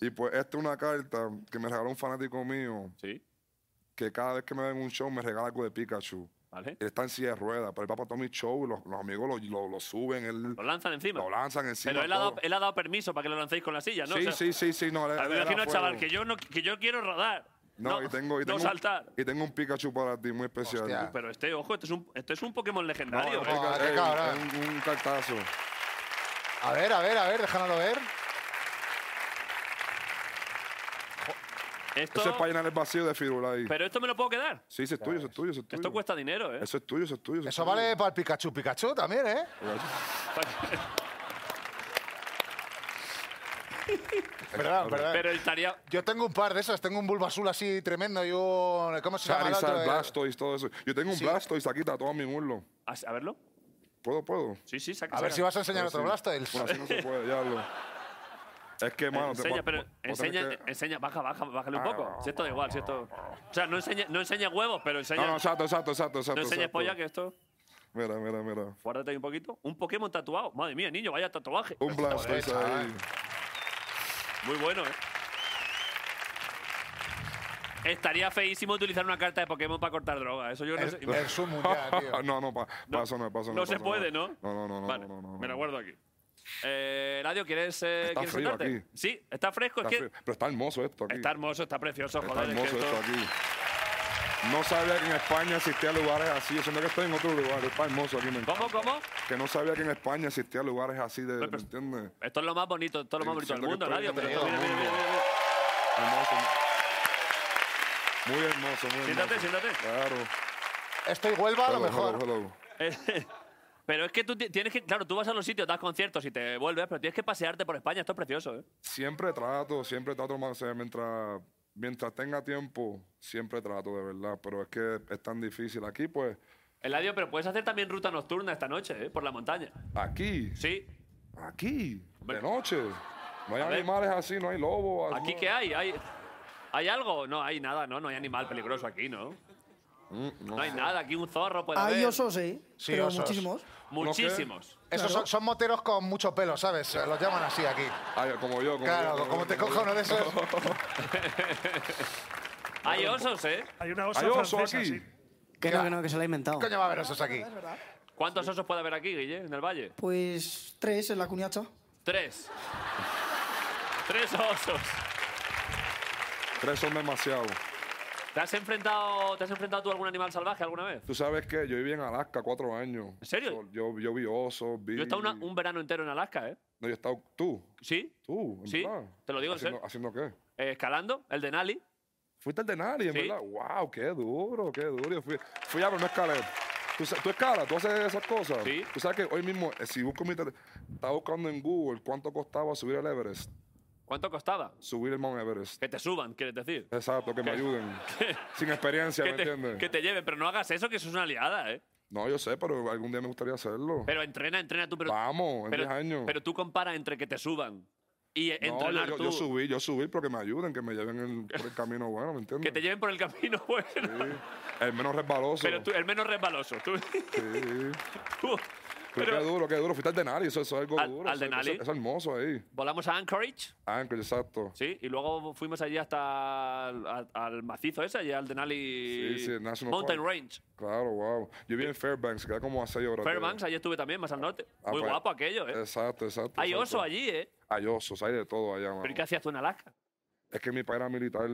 Y pues esta es una carta que me regaló un fanático mío. Sí. Que cada vez que me ven en un show me regala algo de Pikachu. Vale. Él está en silla de ruedas, pero el papá toma mi show, los, los amigos lo, lo- lo suben, él Lo lanzan encima. lo lanzan encima. Pero él ha, dado, todo. él ha dado permiso para que lo lancéis con la silla, ¿no? O sí, sea, sí, sí, sí, no, él- a él ver, era imagino, fuego. chaval, que yo, no, que yo quiero rodar. No, y tengo, y no tengo, saltar. y tengo un Pikachu para ti muy especial. Pero este, ojo, este es un, este es un Pokémon No, legendario. eh. es Pikachu, qué es cabrón. un- un, cartazo. A ver, a ver, a ver, déjanoslo ver. Esto- Eso es para llenar el vacío de firula ahí. Pero esto me lo puedo quedar. Sí, eso es tuyo, eso es tuyo, eso es tuyo. Esto cuesta dinero, ¿eh? Eso es tuyo, eso es tuyo. Eso vale para el Pikachu Pikachu también, ¿eh? Perdón, perdón. Pero estaría. Yo tengo un par de esos, tengo un Bulbasaur así tremendo y un... ¿Cómo se llama el otro? Charizard, El- Blastoise, todo eso. Yo tengo un Sí. Blastoise aquí tatuado en mi muslo. Ah, A, verlo. ¿Puedo, puedo? Sí, sí, saca. A ver si vas a enseñar Pero otro sí. Blastoise. Bueno, así no se puede, diablo. Es que, mano, te- Eh, enseña, va- pero va- va a tener enseña, que- enseña, baja, baja, bájale un Ah, poco. no. Si esto da igual, si esto. O sea, no enseña, no enseña huevos, pero enseña. No, no, exacto, exacto, exacto. no exacto, enseñes exacto. polla que esto. Mira, mira, mira. Guárdate ahí un poquito. Un Pokémon tatuado. Madre mía, niño, vaya tatuaje. Un Blastoise Joder, ahí. Muy bueno, ¿eh? Estaría feísimo utilizar una carta de Pokémon para cortar droga. Eso yo no sé. no, no, pa, paso, no, paso, No se paso, puede, ¿no? No, no, no, no, Vale, no, no, no. me la guardo aquí. Eh, Eladio, ¿quieres, eh, Está ¿quieres frío sentarte? aquí. Sí, está fresco. Está es que frío. Pero está hermoso esto aquí. está hermoso, está precioso, Está joder. es que hermoso esto- esto aquí. No sabía que en España existía lugares así. Yo siento que estoy en otro lugar. Está hermoso aquí. me encanta. ¿Cómo, cómo? Que no sabía que en España existía lugares así de... ¿Me entiendes? Esto es lo más bonito, esto es lo más bonito del siento que mundo, estoy Eladio. Pero en otro mira, mira, mira, mundo. mira. Hermoso. Muy hermoso, muy hermoso. Siéntate, siéntate. Claro. Estoy Huelva a lo Hello, mejor. hello, hello. Eh, Pero es que tú ti- tienes que, claro, tú vas a los sitios, das conciertos y te vuelves, pero tienes que pasearte por España, esto es precioso, ¿eh? Siempre trato, siempre trato más. o sea, mientras, mientras tenga tiempo, siempre trato, de verdad. Pero es que es tan difícil. Aquí, pues, Eladio, pero puedes hacer también ruta nocturna esta noche, ¿eh? Por la montaña. aquí. Sí. Aquí. De noche. No hay A ver. animales así, no hay lobos. ¿Aquí Pues no- qué hay? ¿Hay, ¿Hay algo? No, hay nada, ¿no? No hay animal peligroso aquí, ¿no? Mm, no, hay nada, aquí un zorro puede Hay haber. Ah, osos, eh. sí, Sí, pero osos. muchísimos. Muchísimos. Esos son, son moteros con mucho pelo, ¿sabes? Eh, Los llaman así aquí. Ay, Ah, como yo, como Claro, yo, como, como yo, te como coja yo. uno de esos. Hay osos, ¿eh? Hay una ¿Hay oso aquí? Que no, que no, que se lo ha inventado. Coño, va a haber osos aquí. ¿Cuántos osos puede haber aquí, Guille, en el valle? Pues tres en la cuñacha. Tres. Tres osos. Tres son demasiado. ¿Te has enfrentado, ¿te has enfrentado tú a algún animal salvaje alguna vez? Tú sabes que yo viví en Alaska cuatro años. ¿En serio? Yo, yo vi osos, vi... Yo he estado una- un verano entero en Alaska, ¿eh? No, yo he estado... ¿Tú? ¿Sí? ¿Tú? ¿en Sí, verdad? te lo digo en ¿Haciendo, serio. ¿Haciendo qué? Eh, escalando, el Denali. Fuiste al denario, en Sí. verdad. ¡Wow! ¡Qué duro! ¡Qué duro! Yo fui, fui a pero no escalé. ¿Tú, sa- tú escalas, tú haces esas cosas. Sí. Tú sabes que hoy mismo, eh, si busco mi tele- estaba buscando en Google cuánto costaba subir el Everest, ¿Cuánto costaba? subir el Mount Everest. Que te suban, quieres decir. Exacto, que me ayuden. Sin experiencia, que, ¿me te, entiendes? que te lleven, pero no hagas eso, que eso es una liada, ¿eh? No, yo sé, pero algún día me gustaría hacerlo. Pero entrena, entrena tú, pero... Vamos, en pero, 10 años. Pero tú compara entre que te suban y eh, No, entrenar yo, yo- tú. yo subí, yo subí, pero que me ayuden, que me lleven el- por el camino bueno, ¿me entiendes? Que te lleven por el camino bueno. El menos resbaloso. Pero tú, el menos resbaloso. Tú, Sí. tú- Pero, Pero- qué duro, qué duro. Fuiste al Denali, eso, eso es algo Al- duro. al eso- eso- Denali. eso es hermoso ahí. volamos a Anchorage, Anchorage, exacto. ¿sí? Y luego fuimos allí hasta al, al- al macizo ese, allí al Denali Sí, sí, el National Mountain Park. Range. Claro, wow. Yo vi en Fairbanks, que era como a 6 horas. de- Fairbanks, allí estuve también, más al norte. Ah, Muy pues, guapo aquello, ¿eh? Exacto, exacto. Hay exacto. oso allí, ¿eh? Hay osos, hay de todo allá, mano. ¿Pero ¿y qué hacías tú en Alaska? Es que mi padre era militar.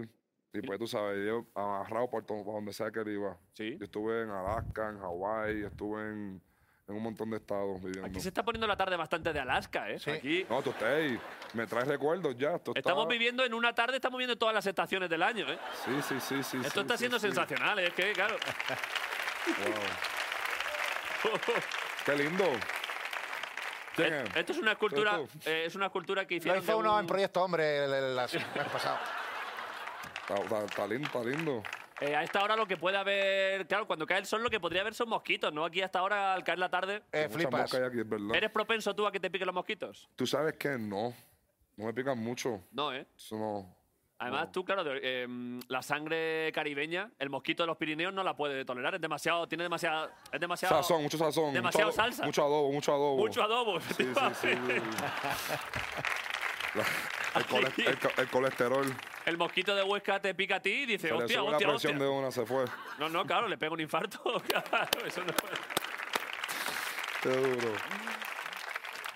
Y pues tú sabes, yo amarrado por, to- por donde sea que él iba. Yo estuve en Alaska, en Hawái, estuve en, en un montón de estados viviendo. Aquí se está poniendo la tarde bastante de Alaska, ¿eh? Aquí No, tú estás ahí. Me traes recuerdos ya. Esto está- estamos viviendo en una tarde, estamos viendo todas las estaciones del año, ¿eh? Sí, sí, sí, sí. Esto sí, está sí, siendo sí. sensacional, ¿eh? es que, claro. Qué lindo. ¿Quién Eh, es? Esto es una escultura, Soy eh, es una escultura que Lo hicieron. hizo de uno un- en Proyecto Hombre el, el- las- el mes pasado. Está, está- está lindo, está lindo. eh, a esta hora lo que puede haber, claro, cuando cae el sol lo que podría haber son mosquitos, ¿no? Aquí hasta ahora al caer la tarde. Hay muchas moscas aquí, es verdad. ¿Eres propenso tú a que te piquen los mosquitos? Tú sabes que no. No me pican mucho. No, ¿eh? Eso no. Además, tú, claro, de- eh, la sangre caribeña, el mosquito de los Pirineos no la puede tolerar. Es demasiado, tiene demasiado, es demasiado. Sazón, mucho sazón. mucho Demasiado ado- salsa. Mucho adobo, mucho adobo. Mucho adobo. Sí, sí, sí, El, cole- el co- el colesterol. El mosquito de Huesca te pica a ti y Se dice, le hostia, sube la hostia, presión hostia. de una, se fue. No, no, claro, le pega un infarto. claro, eso no puede. Qué duro.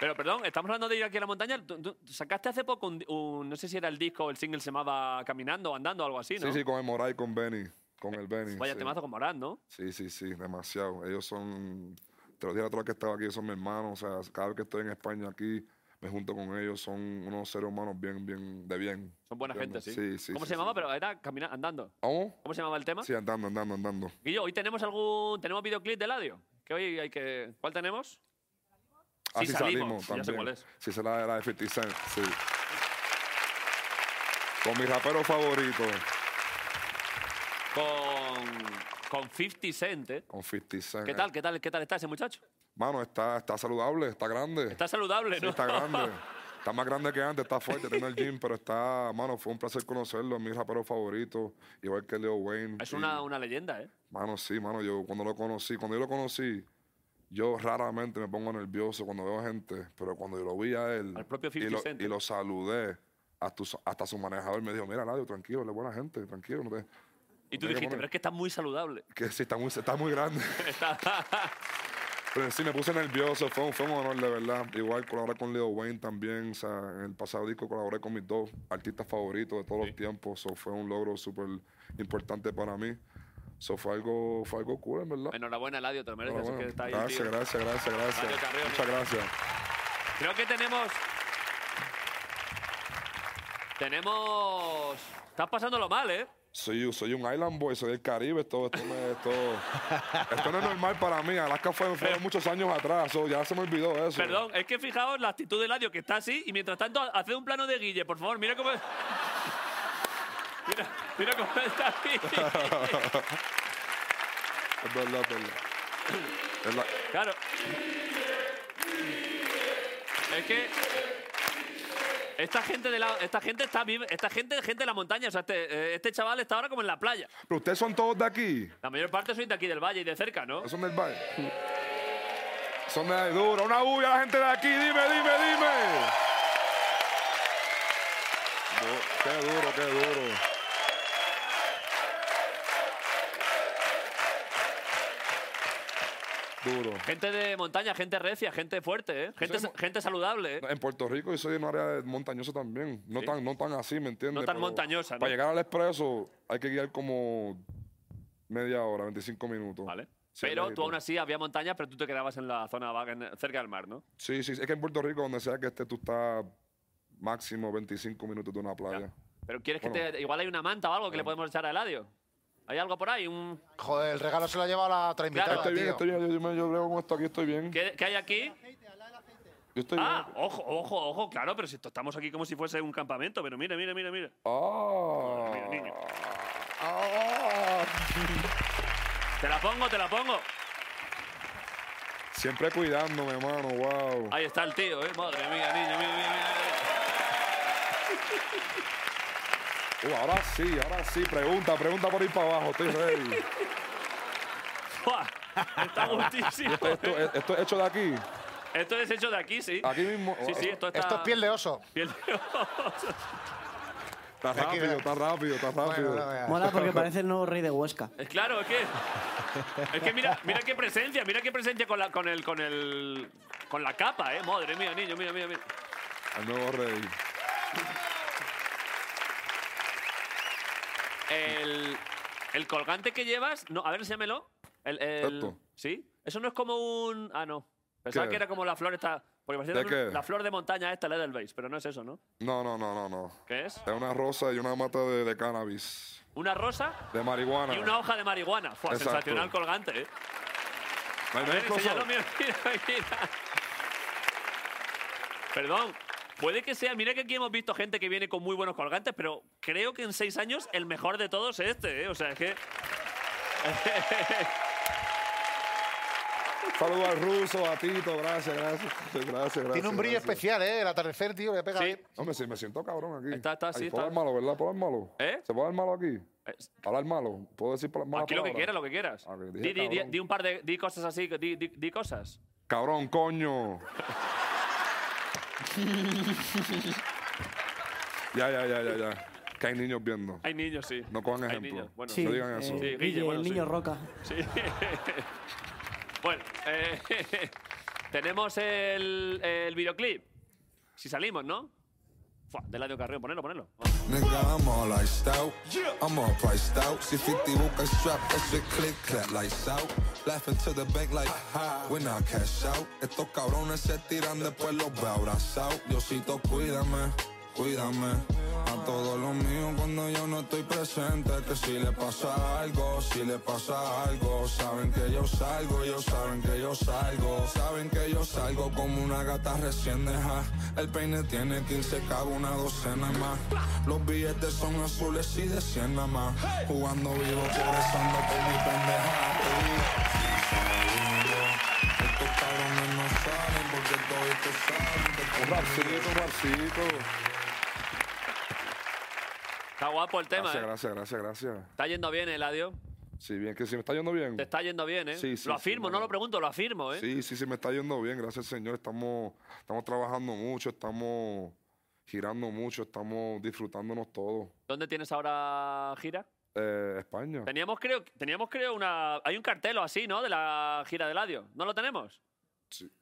Pero perdón, estamos hablando de ir aquí a la montaña. Tú- tú sacaste hace poco un, un- no sé si era el disco o el single se llamaba Caminando, o Andando, algo así, ¿no? Eh, Sí, sí, con el Moray, con Benny. Con el Benny. Vaya sí. temazo con Morán, ¿no? Sí, sí, sí, demasiado. Ellos son, te lo dije la otra vez que estaba aquí, ellos son mis hermanos. O sea, cada vez que estoy en España aquí, me junto con ellos. Son unos seres humanos bien, bien, de bien. Son buena gente, ¿entiendes? sí. Sí, sí. ¿Cómo sí, se sí. llamaba? Pero era Caminando, Andando. ¿Cómo? ¿Cómo se llamaba el tema? Sí, andando, andando, andando. Guillo, hoy tenemos algún. ¿Tenemos videoclip de Ladio? Que hoy hay que. ¿Cuál tenemos? Ah, Sí, sí, salimos, salimos. Ya sé también. cuál es. Sí, se la de la de 50 Cent, sí. Con mi rapero favorito, Con. Con 50 Cent, ¿eh? con 50 Cent. ¿Qué tal, qué tal, qué tal está ese muchacho? Mano, está, está saludable, está grande. Está saludable, Sí, ¿no? está grande. Está más grande que antes, está fuerte, tiene el gym, pero está, mano, fue un placer conocerlo, es mi rapero favorito, igual que Leo Wayne. es y- una, una leyenda, ¿eh? Mano, sí, mano, yo cuando lo conocí, cuando yo lo conocí, yo raramente me pongo nervioso cuando veo gente, pero cuando yo lo vi a él Al propio y, 50 lo, Cent, y lo saludé, hasta, su- hasta su manejador me dijo, mira, Ladio, tranquilo, él es buena gente, tranquilo. No te, Y Tenía tú que dijiste, poner- pero es que está muy saludable. que sí, está muy, está muy grande. Está- Pero en sí, me puse nervioso, fue un, fue un honor, de verdad. Igual colaboré con Leo Wayne también, o sea, en el pasado disco colaboré con mis dos artistas favoritos de todos los tiempos, eso fue un logro súper importante para mí. Eso fue algo, fue algo cool, en verdad. Enhorabuena, Ladio, te lo mereces. Enhorabuena. es que está ahí, gracias, tío. gracias, gracias, gracias, Mario Carreo, Muchas gracias. Creo que tenemos. Tenemos. Estás pasándolo mal, ¿eh? Soy, soy un island boy, soy del Caribe, esto, esto, me- esto, esto no es normal para mí. Alaska fue, fueron muchos años atrás, so, ya se me olvidó eso. Perdón, es que fijaos la actitud de Ladio que está así y mientras tanto haced un plano de Guille, por favor, mira cómo. mira, mira cómo está aquí. Es verdad, es verdad. Es la- claro. Es que. Esta gente de la, esta gente está vive- esta gente gente de la montaña, o sea, este, eh, este chaval está ahora como en la playa. Pero ustedes son todos de aquí, La mayor parte sois de aquí del valle y de cerca, ¿no? son del valle. Son de ahí, duro. Una bulla a la gente de aquí, dime, dime, dime. Du- Qué duro, qué duro. duro. Gente de montaña, gente recia, gente fuerte, ¿eh? gente, soy mo- gente saludable. ¿eh? En Puerto Rico yo soy de un área montañosa también. No, Sí. tan, no tan así, ¿me entiendes? No tan Pero montañosa, ¿no? Para llegar al expreso hay que guiar como media hora, 25 minutos. Vale. Pero tú aún así había montaña, pero tú te quedabas en la zona vaga, en- cerca del mar, ¿no? Sí, sí, es que en Puerto Rico, donde sea que estés, tú estás máximo 25 minutos de una playa. Pero quieres que Bueno. te... Igual hay una manta o algo que le podemos echar a Eladio. ¿Hay algo por ahí? Un... Joder, el regalo se lo ha llevado la otra invitada, estoy bien, tío. estoy bien, yo, yo, me- yo brego con esto aquí, estoy bien. ¿Qué, qué hay aquí? Yo estoy bien. Ah, ojo, ojo, ojo, claro, pero si esto- estamos aquí como si fuese un campamento, pero mira, mira, mira, mira. Ah. Mira, niño. Ah. Te la pongo, te la pongo. Ah, Siempre cuidándome, hermano, wow. Ahí está el tío, ¿eh? Madre mía, niño, mira, mira, mira. Uh, ahora sí, ahora sí. Pregunta, pregunta por ir para abajo, estoy ready. ¡Fua! Está Y gustísimo. esto, esto, esto es hecho de aquí. Esto es hecho de aquí, sí. Aquí mismo. Sí, sí, esto está... Esto es piel de oso. piel de oso. Está rápido, está rápido, está rápido. Mola porque parece el nuevo rey de Huesca. Eh, Claro, es que. Es que mira, mira qué presencia, mira qué presencia con la, con el, con el, con la capa, eh. Madre mía, niño, mira, mira, mira. Al nuevo rey. El, el colgante que llevas, no, a ver, enséñamelo. El, el- Esto. ¿Sí? Eso no es como un, ah, no. Pensaba ¿Qué? que era como la flor esta, porque parecía ¿De una- qué? la flor de montaña esta, la del base, pero no es eso, ¿no? No, no, no, no, no. ¿Qué es? Es una rosa y una mata de, de cannabis. Una rosa De marihuana. y una hoja de marihuana. Fua, Exacto. sensacional colgante, eh. ¿Me- me A ver, incluso? enséñalo, mira, mira, mira. Perdón. Puede que sea, mira que aquí hemos visto gente que viene con muy buenos colgantes, pero creo que en seis años el mejor de todos es este, ¿eh? O sea, es que. Saludo al ruso, a Tito, gracias, gracias. Gracias, gracias. Tiene un brillo gracias. especial, ¿eh? El atardecer, tío, le pega bien. Hombre, sí, me siento cabrón aquí. Está, está, ¿Puedo sí, está. hablar malo, verdad? ¿Puedo hablar malo? ¿Eh? ¿Se puede hablar malo aquí? ¿Hablar malo? ¿Puedo decir pala- malas aquí lo que palabras? quieras, lo que quieras. Ah, que Di, dije, di- di- cabrón. di un par de di cosas así, di, di- di cosas. Cabrón, coño. ya, ya, ya, ya, ya. Que hay niños viendo. Hay niños, sí. No cojan Hay ejemplo. niños, bueno. Sí, no digan eh, eso. Guille, Guille, bueno, el sí. niño roca. Sí. bueno, eh, tenemos el, el videoclip. Si salimos, ¿no? Fua, de Ladio Carrión, ponelo, ponelo. Oh, Nigga, I'm all iced out. I'm all priced out. See 50 walk a strap, that's your click clap lights out. Laughing to the bank like ha. When I cash out, estos cabrones se tiran después los veo abrazados. Diosito, cuídame, cuídame. A todos los míos cuando yo no estoy presente. Que si le pasa algo, si le pasa algo. Saben que yo salgo, ellos saben que yo salgo. Saben que yo salgo como una gata recién dejada. El peine tiene 15 cabo, una docena más. Los billetes son azules y de 100 nada más. Jugando vivo, progresando por mi pendeja. Estos cabrones no saben porque todos estos saben que Un rapcito, un rapcito. Está guapo el tema, Gracias, ¿eh? gracias, gracias, gracias. Está yendo bien, Eladio. Sí, bien, que si me está yendo bien. Te está yendo bien, ¿eh? Sí, sí, lo sí, afirmo, no, no no. lo pregunto, lo afirmo, ¿eh? Sí, sí, sí, me está yendo bien, gracias Señor. Estamos, estamos trabajando mucho, estamos girando mucho, estamos disfrutándonos todos. ¿Dónde tienes ahora gira? Eh, España. Teníamos, creo, teníamos, creo, una. Hay un cartelo así, ¿no? De la gira de Eladio. ¿No lo tenemos? Sí, Ah.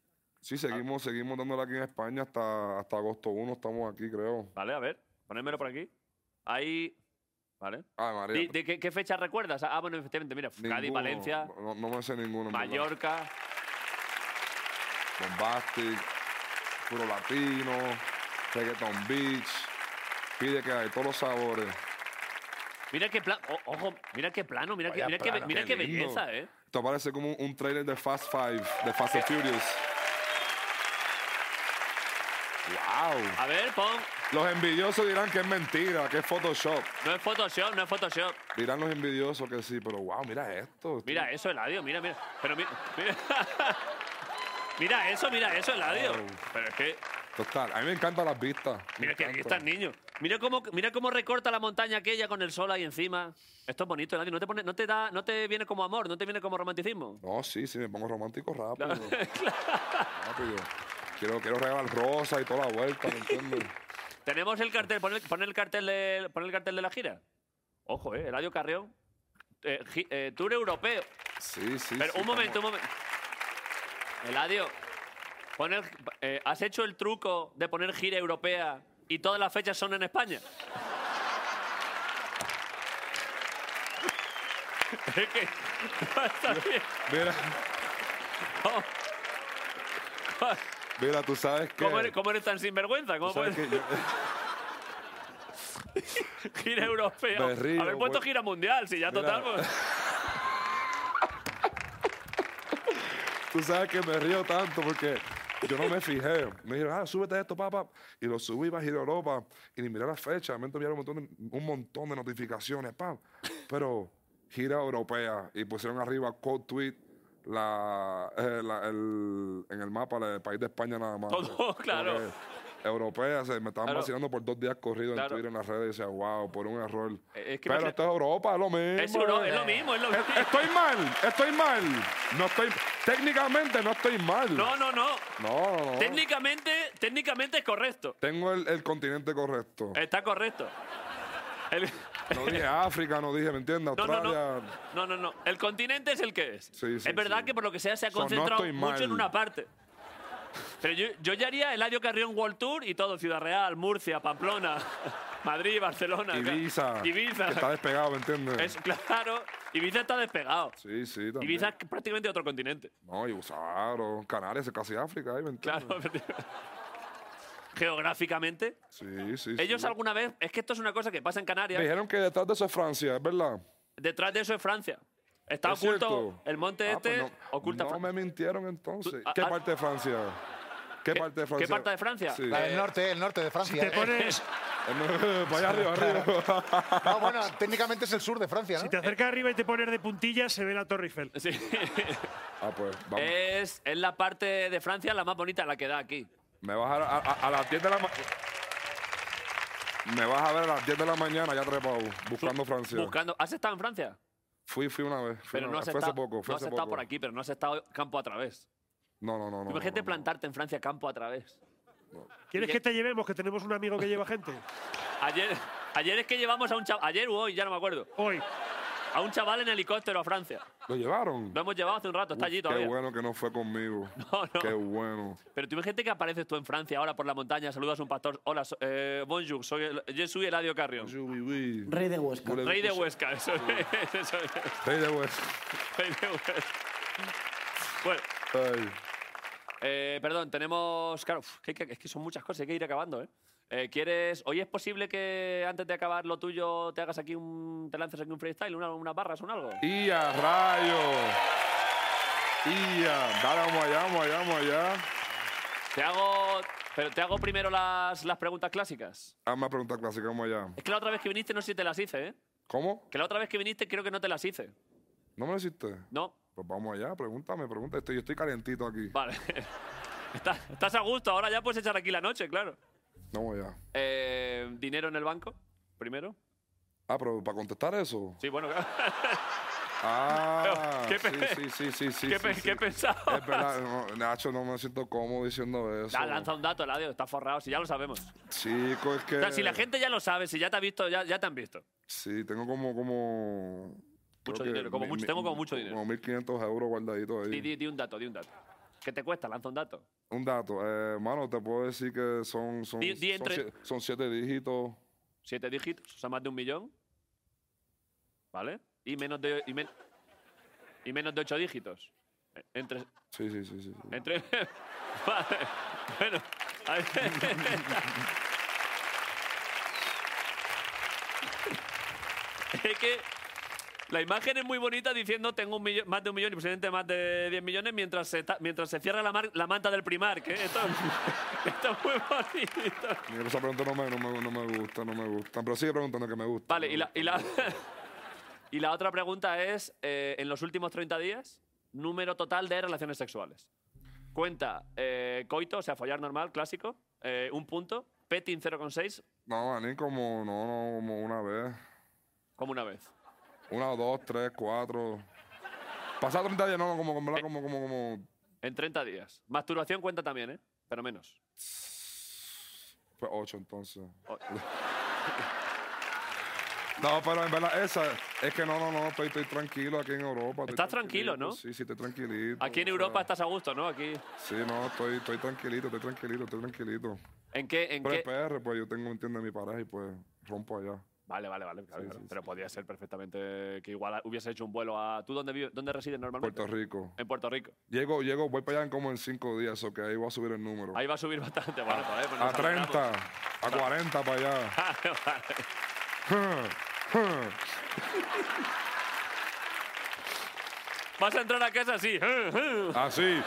sí seguimos, seguimos dándole aquí en España hasta, hasta agosto 1, estamos aquí, creo. Vale, a ver. Ponédmelo por aquí. Ahí. Vale. Ah, María. Di- di- qué, qué fecha recuerdas? Ah, bueno, efectivamente, mira. Cádiz, ninguno, Valencia, No, no me sé ninguno. en verdad. Mallorca. Bombastic, puro latino, reggaeton beach. Pide que hay todos los sabores. Mira qué plan. o- ojo, mira qué plano, mira qué, Vaya mira qué, be- plano, mira qué qué lindo. belleza, ¿eh? Esto parece como un, un trailer de Fast Five, de Fast and Furious. ¡Wow! A ver, pon. Los envidiosos dirán que es mentira, que es Photoshop. No es Photoshop, no es Photoshop. Dirán los envidiosos que sí, pero wow, mira esto. Mira eso, Eladio, mira, mira. Pero mira. Mira, mira eso, mira eso, Eladio. Wow. Pero es que. Total, a mí me encantan las vistas. Mira que aquí están niños. Mira cómo, mira cómo recorta la montaña aquella con el sol ahí encima. Esto es bonito, Eladio. No te, pone, no te, da, no te viene como amor, no te viene como romanticismo. No, sí, sí, me pongo romántico rápido. rápido. Quiero, quiero regalar rosa y toda la vuelta, ¿me entiendes? Tenemos el cartel, pon el, pon el cartel, de, pon el cartel de la gira. Ojo, eh, Eladio Carrión. Eh, gi- eh, tour europeo. Sí, sí. Pero sí, un momento, estamos- un momento. Eladio, poner, eh, ¿has hecho el truco de poner gira europea y todas las fechas son en España? es que... Está bien. Mira, mira, tú sabes que... ¿Cómo eres, cómo eres tan sinvergüenza? ¿Cómo tú sabes puedes- que yo- Gira europea. Me río, Haber puesto pues. gira mundial, si ya Mira. total... pues- Tú sabes que me río tanto porque yo no me fijé. Me dijeron, ah, súbete esto, papá. Y lo subí para Giro Europa y ni miré la fecha. Me enviaron un montón de, un montón de notificaciones, pam. Pero gira europea. Y pusieron arriba quote tweet la, eh, la- el- en el mapa del país de España nada más. Todo, claro. Como que Europea, se me estaban Claro. vacilando por dos días corridos en Claro. Twitter, en las redes, y decía, wow, por un error. Eh, es que Pero imagina- esto es Europa, es lo mismo. Es Euro- es lo mismo, es lo mismo. Estoy mal, estoy mal. No estoy, técnicamente no estoy mal. No, no, no. No, no, no. Técnicamente, técnicamente es correcto. Tengo el, el continente correcto. Está correcto. El- No dije ¿ah? África, no dije, ¿me entiendes? No, no, Australia. no. No, no, no. El continente es el que es. Sí, sí, es verdad sí. que por lo que sea se ha O sea, no concentrado estoy mal. mucho en una parte. Pero yo, yo ya haría Eladio Carrión World Tour y todo. Ciudad Real, Murcia, Pamplona, Madrid, Barcelona. Ibiza. Ibiza. Que está despegado, ¿me entiendes? Es- claro. Ibiza está despegado. Sí, sí, también. Ibiza es prácticamente otro continente. No, y usaron Canarias, es casi África, ahí, ¿me entiendes? Claro. Geográficamente. Sí, sí. Ellos sí. alguna vez, es que esto es una cosa que pasa en Canarias, Me dijeron que detrás de eso es Francia, ¿es verdad? detrás de eso es Francia. Está ¿Es oculto cierto? el monte Ah, este, pues no, oculta no Fran- me mintieron entonces. Tú- ¿Qué ah, ah. parte de Francia? ¿Qué, parte de Francia? parte de Francia? Sí. La del norte, el norte de Francia. ¿eh? te pones- Eh, Vaya arriba, arriba. No, bueno, técnicamente es el sur de Francia, ¿no? Si te acercas arriba y te pones de puntillas, se ve la Torre Eiffel. Sí. Ah, pues vamos. es, es la parte de Francia la más bonita, la que da aquí. Me vas a, a, a- a las 10 de la ma- Me vas a ver a las 10 de la mañana ya trepado, buscando Francia. Buscando, ¿Has estado en Francia? Fui, fui una vez. fui Pero una no vez. has, fue estado, hace poco. Fue no has hace estado poco. por aquí, pero no has estado campo a través. No, no, no. no Imagínate no, no. plantarte en Francia campo a través. ¿Quieres que te llevemos? Que tenemos un amigo que lleva gente. Ayer, ayer es que llevamos a un chaval, ayer o hoy, ya no me acuerdo. Hoy. A un chaval en helicóptero a Francia. ¿Lo llevaron? Lo hemos llevado hace un rato, está Uf, allí qué todavía. Qué bueno que no fue conmigo. Qué bueno. Pero tú imagínate que apareces tú en Francia ahora por la montaña, saludas a un pastor. Hola, so- eh, bonjour, soy el, yo soy Eladio Carrión. Rey de Huesca. Rey de Huesca, eso es. eso es. Rey de Huesca. Rey de Huesca. Bueno, Ay. eh, perdón, tenemos. Claro, uf, que hay que- es que son muchas cosas, hay que ir acabando, ¿eh? Eh, ¿Quieres. Hoy es posible que antes de acabar lo tuyo te hagas aquí un. te lances aquí un freestyle, una, unas barras, un algo? ¡Y a rayo! ¡Y a! Dale, vamos allá, vamos allá, vamos allá. Te hago. Pero te hago primero las, las preguntas clásicas. Hazme una Ah, pregunta clásica, vamos allá. Es que la otra vez que viniste no sé si te las hice, ¿eh? ¿Cómo? Que la otra vez que viniste creo que no te las hice. ¿No me lo hiciste? No. Pues vamos allá, pregúntame, pregúntame. Estoy, yo estoy calentito aquí. Vale. Está- estás a gusto, ahora ya puedes echar aquí la noche, claro. Vamos allá. Eh, ¿Dinero en el banco? Primero. Ah, pero para contestar eso. Sí, bueno. Ah, ¿Qué sí, pe- sí, sí, sí, sí. ¿Qué, sí, pe- sí. qué pensabas? Es verdad, no, Nacho, no me siento cómodo diciendo eso. Da, lanza un dato, Eladio, está forrado, si ya lo sabemos. Chico, es que... O sea, si la gente ya lo sabe, si ya te ha visto, ya, ya te han visto. Sí, tengo como... como Mucho creo que dinero, como mi- mucho- mi- tengo como mucho dinero. Como 1.500 euros guardaditos Di, ahí. di- di un dato, di un dato. ¿Qué te cuesta? Lanza un dato. Un dato. Eh, mano, te puedo decir que son... son, Di- di son entre- sie- son siete dígitos. Siete dígitos, o sea, más de un millón. ¿Vale? Y menos de, y men- y menos de ocho dígitos. Eh, Entre, Sí, sí, sí, sí. sí. Entre... Vale. Bueno. a ver. es que la imagen es muy bonita diciendo tengo un millo- más de un millón y posiblemente más de 10 millones mientras se, ta- mientras se cierra la, mar- la manta del primar. Que esto, esto es muy bonito. Mira, Esa pregunta no me, no, me, no me gusta, no me gusta. Pero sigue preguntando que me gusta. Vale, y la, y la, y la otra pregunta es, eh, en los últimos 30 días, número total de relaciones sexuales. Cuenta eh, coito, o sea, follar normal, clásico, eh, un punto, petting 0,6, No, a mí como... No, no, como una vez. como una vez. Una, dos, tres, cuatro. Pasado 30 días, no, no, como, como, ¿verdad? como, como, como. En 30 días. Masturbación cuenta también, ¿eh? Pero menos. pues, Fue ocho entonces. O- No, pero en verdad, esa es que no, no, no, estoy, estoy tranquilo aquí en Europa. estoy Estás tranquilo, ¿no? Sí, sí, estoy tranquilito. Aquí en o sea, Europa estás a gusto, ¿no? Aquí. Sí, no, estoy, estoy tranquilito, estoy tranquilito, estoy tranquilito. ¿En qué? En pero qué? en PR, pues yo tengo, entiende, mi pareja y pues rompo allá. Vale, vale, vale. claro, Sí, claro. sí, Pero podría ser perfectamente que igual hubiese hecho un vuelo a. ¿Tú dónde, vives, dónde resides normalmente? Puerto Rico. En Puerto Rico. Llego, llego, voy para allá en como en cinco días, o que ahí voy a subir el número. Ahí va a subir bastante. Bueno, pues, eh, pues A nos 30, alegramos. a 40 para allá. Vale, vale. Vas a entrar a casa así. Así.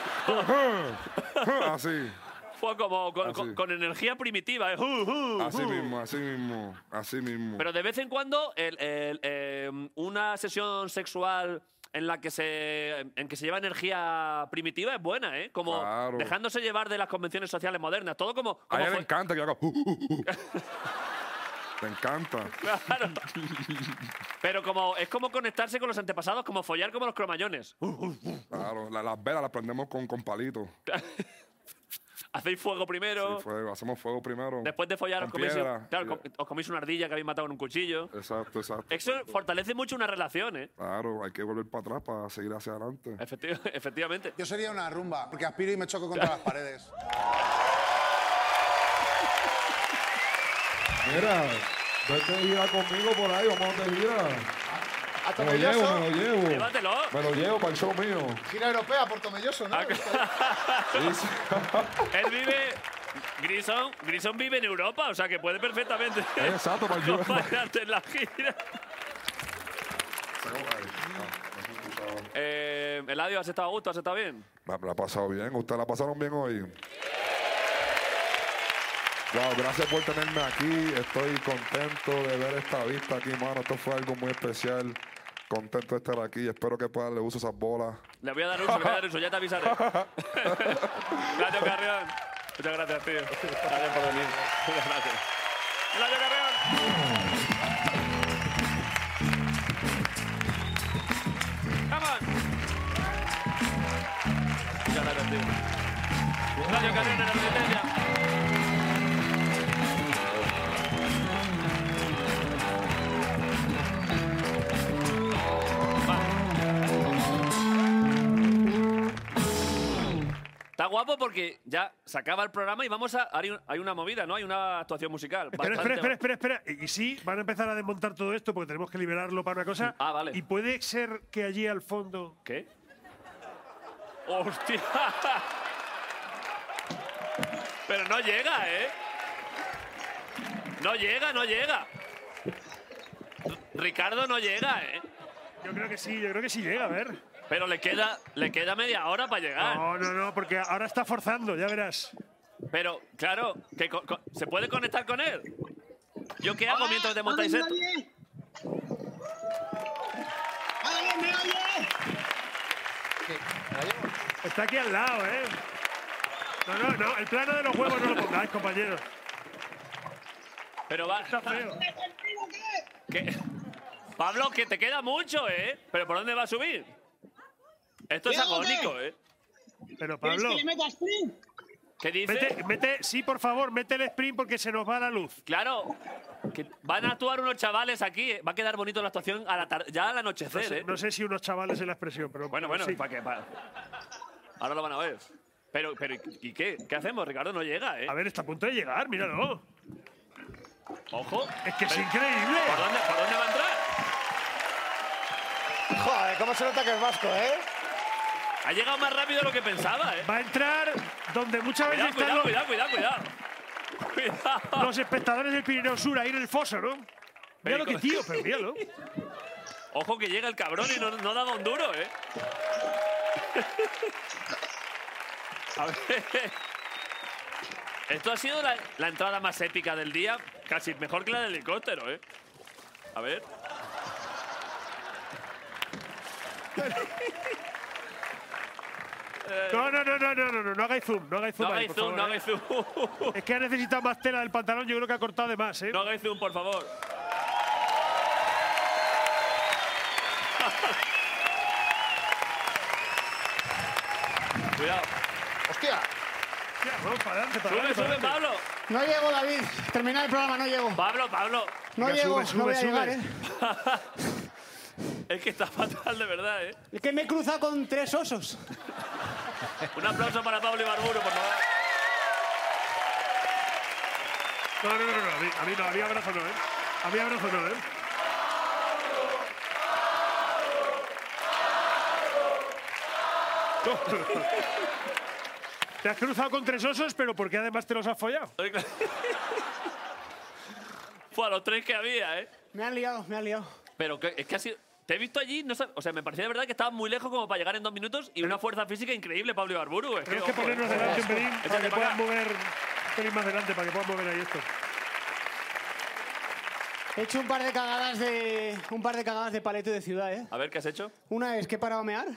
Así. Fue como con, Así. con- con energía primitiva. eh. Así Ah, mismo, así mismo, así mismo. Pero de vez en cuando, el- el, eh, una sesión sexual en la que se, en que se lleva energía primitiva es buena, ¿eh? Como Claro. dejándose llevar de las convenciones sociales modernas. Todo como. A como ella le fue- encanta que yo haga. Te encanta. Claro. Pero como es como conectarse con los antepasados, como follar como los cromañones. Claro, la- las velas las prendemos con, con palitos. Hacéis fuego primero. Fuego, hacemos fuego primero. Después de follar, os con coméis, piedra. claro, com- os coméis una ardilla que habéis matado con un cuchillo. Exacto, exacto. Eso fortalece mucho una relación, ¿eh? Claro, hay que volver para atrás para seguir hacia adelante. Efecti- efectivamente. Yo sería una rumba, porque aspiro y me choco contra las paredes. Mira, vete de gira conmigo por ahí, vamos de gira. Me lo llevo, me lo llevo. Llévatelo. Me lo llevo para el show mío. Gira europea por Tomelloso, ¿no? Él vive. Grison, Grison vive en Europa, o sea que puede perfectamente. Eh, Exacto, para ayudar. acompañarte en la gira. Eh, Eladio, ¿has estado a gusto? ¿Has estado bien? La, la ha pasado bien. ¿Ustedes la pasaron bien hoy? Wow, gracias por tenerme aquí. Estoy contento de ver esta vista aquí, mano. Esto fue algo muy especial. Contento de estar aquí. Espero que puedan le uso esas bolas. Le voy a dar uso, le voy a dar uso, ya te avisaré. Gracias, Carrión. Muchas gracias, tío. Gracias por venir. Muchas gracias. Eladio Carrión. ¡Vamos! Muchas gracias, tío. Eladio Carrión en la resistencia. Está guapo porque ya se acaba el programa y vamos a. Hay, un- hay una movida, ¿no? Hay una actuación musical. Espera, bastante- espera, espera, espera, espera. Y sí, van a empezar a desmontar todo esto porque tenemos que liberarlo para una cosa. Ah, vale. Y puede ser que allí al fondo. ¿Qué? ¡Hostia! Pero no llega, ¿eh? No llega, no llega. Ricardo no llega, ¿eh? Yo creo que sí, yo creo que sí llega, a ver. Pero le queda, le queda media hora para llegar. No, no, no, porque ahora está forzando, ya verás. Pero, claro, que co- co- ¿se puede conectar con él? ¿Yo qué hago mientras te montáis esto? Está aquí al lado, ¿eh? No, no, no, el plano de los huevos no lo pongáis, compañeros. Pero va. ¿Qué? Pablo, que te queda mucho, ¿eh? Pero ¿por dónde va a subir? Esto es ¿Qué hago, qué? agónico, ¿eh? Pero Pablo. ¿Qué dice? Mete, mete, sí, por favor, mete el sprint porque se nos va la luz. Claro. Que van a actuar unos chavales aquí. eh. Va a quedar bonito la actuación a la tar- ya al No anochecer, sé, ¿eh? no sé si unos chavales en la expresión, pero. Bueno, bueno, sí. para que. pa- Ahora lo van a ver. Pero, pero ¿y qué? ¿Qué hacemos? Ricardo no llega, ¿eh? A ver, está a punto de llegar, míralo. Ojo. Es que es increíble. ¿Por dónde, por dónde va a entrar? Joder, cómo se nota que es vasco, ¿eh? Ha llegado más rápido de lo que pensaba, ¿eh? Va a entrar donde muchas veces Cuidado, están cuidado, los, cuidado, cuidado, cuidado. Cuidado. los espectadores del Pirineo Sur ahí en el foso, ¿no? Mira lo que tío, pero míralo. Ojo que llega el cabrón y no, no daba un duro, ¿eh? A ver. Esto ha sido la, la entrada más épica del día, casi mejor que la del helicóptero, ¿eh? A ver. No, no, no, no, no, no, no, no hagáis zoom, no hagáis zoom. No ahí, hagáis por zoom, no favor, hagáis zoom. ¿eh? Es que ha necesitado más tela del pantalón, yo creo que ha cortado de más, ¿eh? No hagáis zoom, por favor. Cuidado. ¡Hostia! Hostia, vamos para adelante, para Sube, adelante, para sube, adelante. Pablo. No llego, David. Terminar el programa, no llego. Pablo, Pablo. No Venga, llego, sube, sube, no voy a sube. llegar, ¿eh? Es que está fatal, de verdad, ¿eh? Es que me he cruzado con tres osos. Un aplauso para Pablo Ibarburo, por favor. No, no, no, no, a mí, a mí no, a mí abrazo no, ¿eh? A mí abrazo no, ¿eh? No, no, no. Te has cruzado con tres osos, pero ¿por qué además te los has follado? Fue a los tres que había, ¿eh? Me han liado, me han liado. Pero que- es que ha sido... Te he visto allí, no sab- o sea, me parecía de verdad que estabas muy lejos como para llegar en dos minutos y una fuerza física increíble, Pablo Ibarburu. Es Tenemos que ojo, ponernos eh. delante un pelín Échate para que para puedan acá. mover un pelín más delante, para que puedan mover ahí esto. He hecho un par de cagadas de. un par de cagadas de paleto y de ciudad, eh. A ver, ¿qué has hecho? Una es que he parado a mear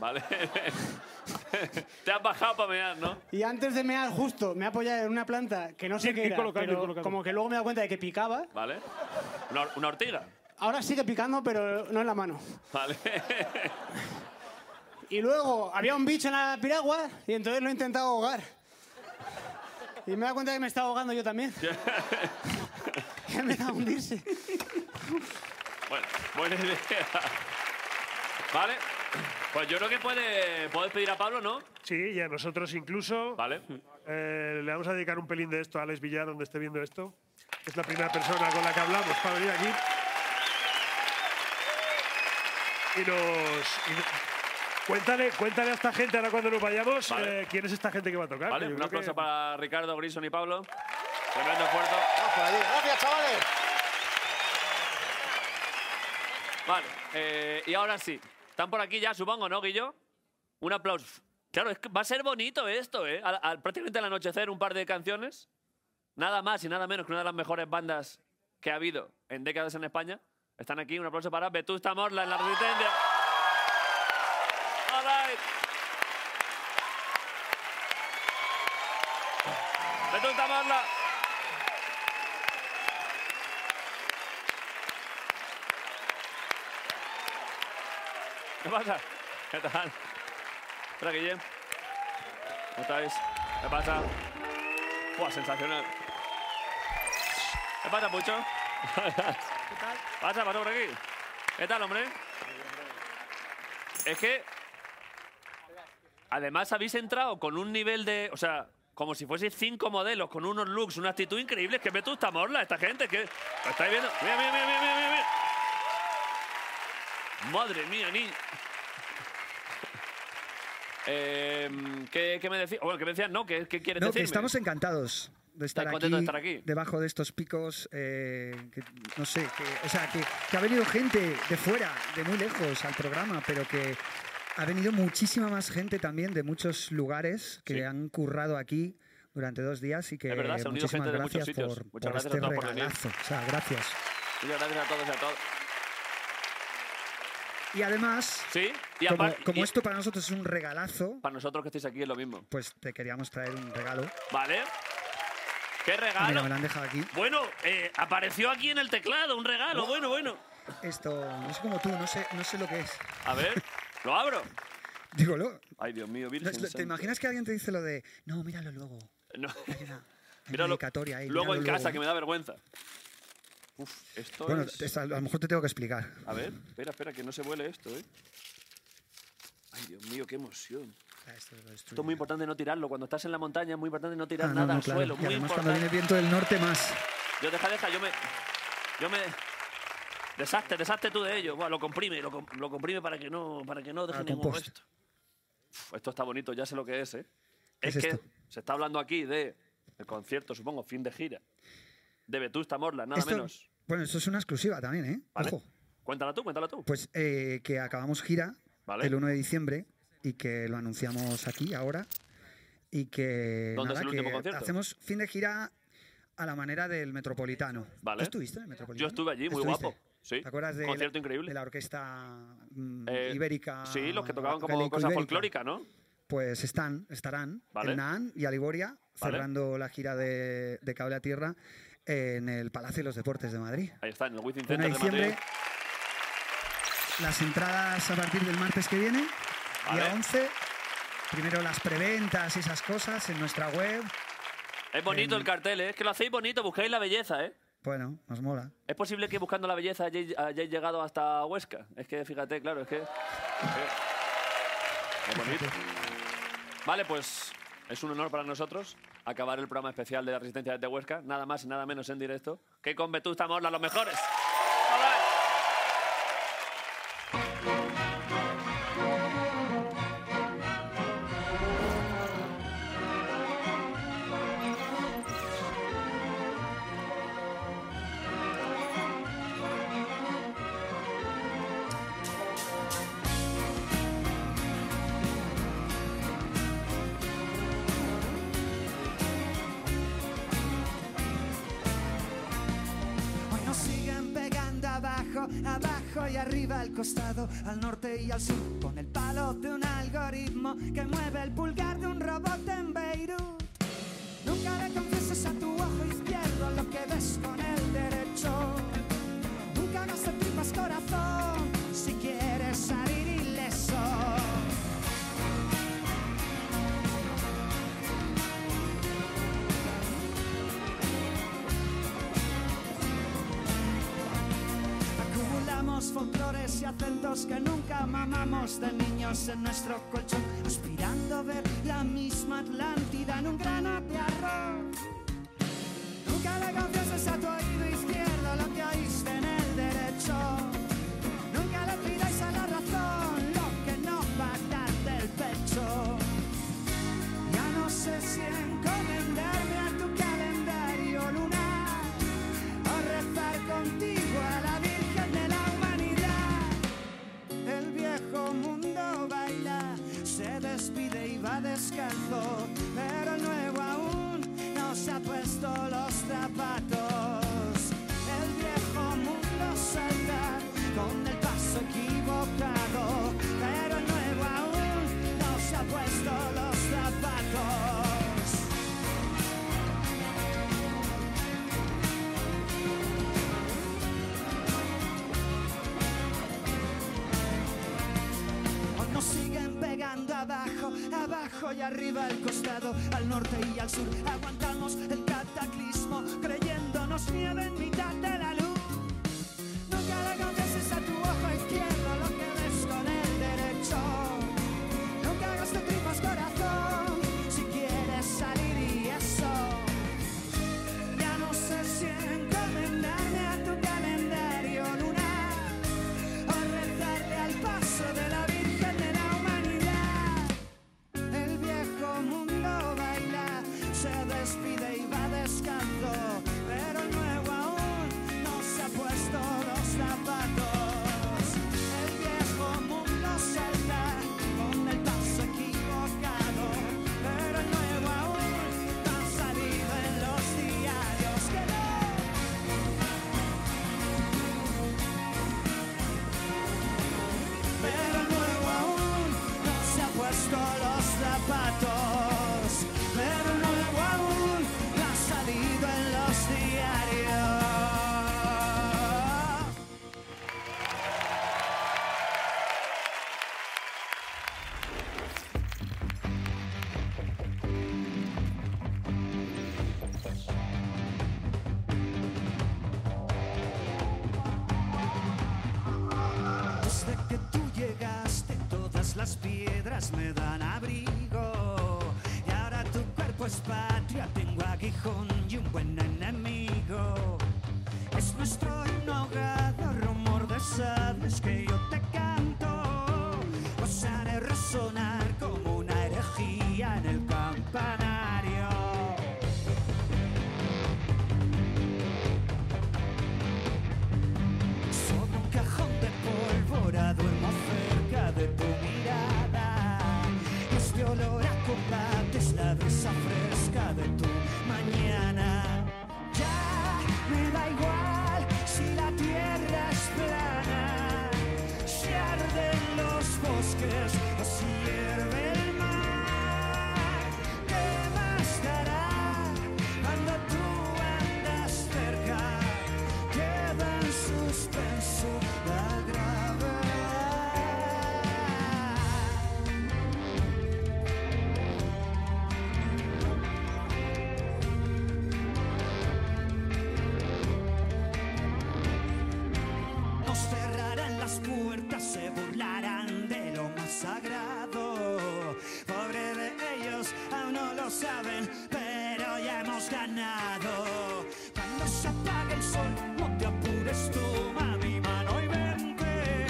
Vale. Te has bajado para mear, ¿no? y antes de mear, justo, me he apoyado en una planta que no sé Ir- qué ir era, colocando, pero ir colocando. como que luego me he dado cuenta de que picaba. Vale. Una, hor- una ortiga. Ahora sigue picando, pero no en la mano. Vale. Y luego había un bicho en la piragua y entonces lo he intentado ahogar. Y me he dado cuenta que me estaba ahogando yo también. Que me he dado a hundirse. bueno, buena idea. Vale. Pues yo creo que puede, puedes pedir a Pablo, ¿no? Sí, y a nosotros incluso. Vale. Eh, le vamos a dedicar un pelín de esto a Alex Villar, donde esté viendo esto. Es la primera persona con la que hablamos para venir aquí. Y nos. y no- cuéntale, cuéntale a esta gente ahora cuando nos vayamos Vale. eh, quién es esta gente que va a tocar. Vale, que un yo creo que- aplauso para Ricardo, Grison y Pablo. Tremendo esfuerzo. Por allí. Gracias, chavales. Vale, eh, y ahora sí. Están por aquí ya, supongo, ¿no, Guillo? Un aplauso. Claro, es que va a ser bonito esto, ¿eh? Al, al- prácticamente al anochecer un par de canciones. Nada más y nada menos que una de las mejores bandas que ha habido en décadas en España. Están aquí, un aplauso para Vetusta Morla en la Resistencia. All right. Vetusta Morla. ¿Qué pasa? ¿Qué tal? Hola, Guillem. ¿Cómo estáis? ¿Qué pasa? Buah, sensacional. ¿Qué pasa, Pucho? ¿Qué tal? Pasa, pasa por aquí. ¿Qué tal, hombre? Es que... Además, habéis entrado con un nivel de... O sea, como si fueseis cinco modelos, con unos looks, una actitud increíble. Es que me gusta morla esta gente. Que... ¿Lo estáis viendo? Mira, mira, mira, mira, mira, mira. Madre mía, niño. Em, ¿qué, qué me decías? Bueno, ¿qué me decías? No, ¿qué, qué quieres No, que decirme? estamos encantados de estar, aquí, contentos de estar aquí? debajo de estos picos, eh, que, no sé, que- o sea, que, que ha venido gente de fuera, de muy lejos al programa, pero que ha venido muchísima más gente también de muchos lugares que han currado aquí durante dos días y que Es verdad, se ha unido muchísimas gente de muchos gracias sitios. por, Muchas por gracias a este todos por venir. regalazo. o sea, gracias. Muchas gracias a todos y a todas. Y además, Sí, y como, aparte. como y esto para nosotros es un regalazo, Para nosotros que estáis aquí es lo mismo. pues te queríamos traer un regalo. ¿Vale? ¿Qué regalo? Mira, me lo han dejado aquí. Bueno, eh, apareció aquí en el teclado un regalo. Bueno, bueno. Esto, no sé como tú, no sé, no sé lo que es. A ver, lo abro. Digo, lo- Ay, Dios mío, no, Virgen. es- ¿Te Santa. imaginas que alguien te dice lo de, no, míralo luego? No. Hay una Míralo. dedicatoria ahí, Luego míralo en casa, luego". que me da vergüenza. Uf, esto Bueno, es. te- a lo mejor te tengo que explicar. Ah, A ver, espera, espera, que no se vuele esto, ¿eh? Ay, Dios mío, qué emoción. Ah, Esto es muy importante no tirarlo. Cuando estás en la montaña es muy importante no Ah, tirar no, nada no, al claro. suelo. Y Muy además cuando viene importante. el viento del norte más. Yo deja, deja, yo me. Yo me. Deshazte, deshazte tú de ello. Buah, lo comprime, lo, com- lo comprime para que no, para que no deje Para ningún compost. resto. Uf, esto está bonito, ya sé lo que es, ¿eh? Es, es que esto? se está hablando aquí de el concierto, supongo, fin de gira. De Vetusta Morla, nada Esto- menos. Bueno, esto es una exclusiva también, ¿eh? ¿Vale? Ojo. Cuéntala tú, cuéntala tú. Pues eh, que acabamos gira Vale. el 1 de diciembre y que lo anunciamos aquí ahora. Y que, ¿Dónde es el nada, último que concierto? hacemos fin de gira a la manera del Metropolitano. Vale. ¿Tú estuviste en el Metropolitano? Yo estuve allí, muy ¿Estuviste? guapo. Sí. ¿Te acuerdas de Concierto la, increíble. de la orquesta mm, Eh, ibérica? Sí, los que tocaban como galélico-ibérica? cosas folclóricas, ¿no? Pues están, estarán Vale. el Naan y Aliboria Vale. cerrando la gira de, de Cable a Tierra en el Palacio de los Deportes de Madrid. Ahí está, en el Wizzing Bueno, Center de diciembre, Madrid. Las entradas a partir del martes que viene, Vale. día 11, primero las preventas y esas cosas en nuestra web. Es bonito el cartel, ¿eh? Es que lo hacéis bonito, buscáis la belleza, ¿eh? Bueno, nos mola. ¿Es posible que buscando la belleza hayáis, hayáis llegado hasta Huesca? Es que fíjate, claro, es que. es bonito. Vale, pues es un honor para nosotros acabar el programa especial de la Resistencia desde Huesca, nada más y nada menos en directo, que con Vetusta Morla los mejores. Hoy nos siguen pegando abajo, abajo y arriba, al costado, al norte y al sur, con el palo de un algoritmo que mueve el pulgar de un robot en Beirut. Nunca le confieses a tu ojo izquierdo lo que ves con el derecho. Nunca hagas de tripas corazón si quieres salir ileso. Acumulamos folclores y acentos que nunca mamamos de niños en nuestro colchón, aspirando a ver la misma Atlántida en un grano de arroz. Nunca le confieses a tu oído izquierdo lo que oíste en el derecho. Nunca le pidáis a la razón lo que no va a dar del pecho. Ya no sé si encomendarme a tu calendario lunar o rezar contigo a la Virgen de la Humanidad. El viejo mundo baila, se despide y va descalzo, pero el nuevo aún no se ha puesto los zapatos. El viejo mundo salta con el paso equivocado, pero el nuevo aún no se ha puesto los zapatos. Hoy nos siguen pegando abajo, abajo y arriba, al costado, al norte y al sur. Aguantamos el cataclismo, creyéndonos nieve en mitad de la luz. Nunca le confieses a tu ojo izquierdo lo que ves con el derecho. Nunca hagas de tripas corazón si quieres salir y eso. Ya no sé si encomendarme a tu calendario lunar o rezarle al paso de la Virgen de la Humanidad. El viejo mundo baila, se despide y va descalzo, pero el nuevo aún no se ha puesto los zapatos. El viejo mundo salta con el paso equivocado, pero el nuevo aún no ha salido en los diarios que no. Pero el nuevo aún no se ha puesto los zapatos. Pero el nuevo aún no ha salido en los diarios. Desde que tú llegaste, todas las piedras me dan abrigo. Y ahora tu cuerpo es patria, tengo aguijón y un buen enemigo. Es nuestro inhogado rumor de sabios que yo te canto. Os haré resonar como una herejía en el campanario. Sobre un cajón de pólvora duermo cerca de tu mirada. Y este olor a combate es la brisa fresca de tu mañana. Ya me da igual si la tierra es plana, si arden los bosques o si hierve el mar. ¿Qué más dará cuando tú andas cerca? queda en suspenso la gravedad. saben, pero ya hemos ganado. Cuando se apague el sol, no te apures, toma mi mano y vente.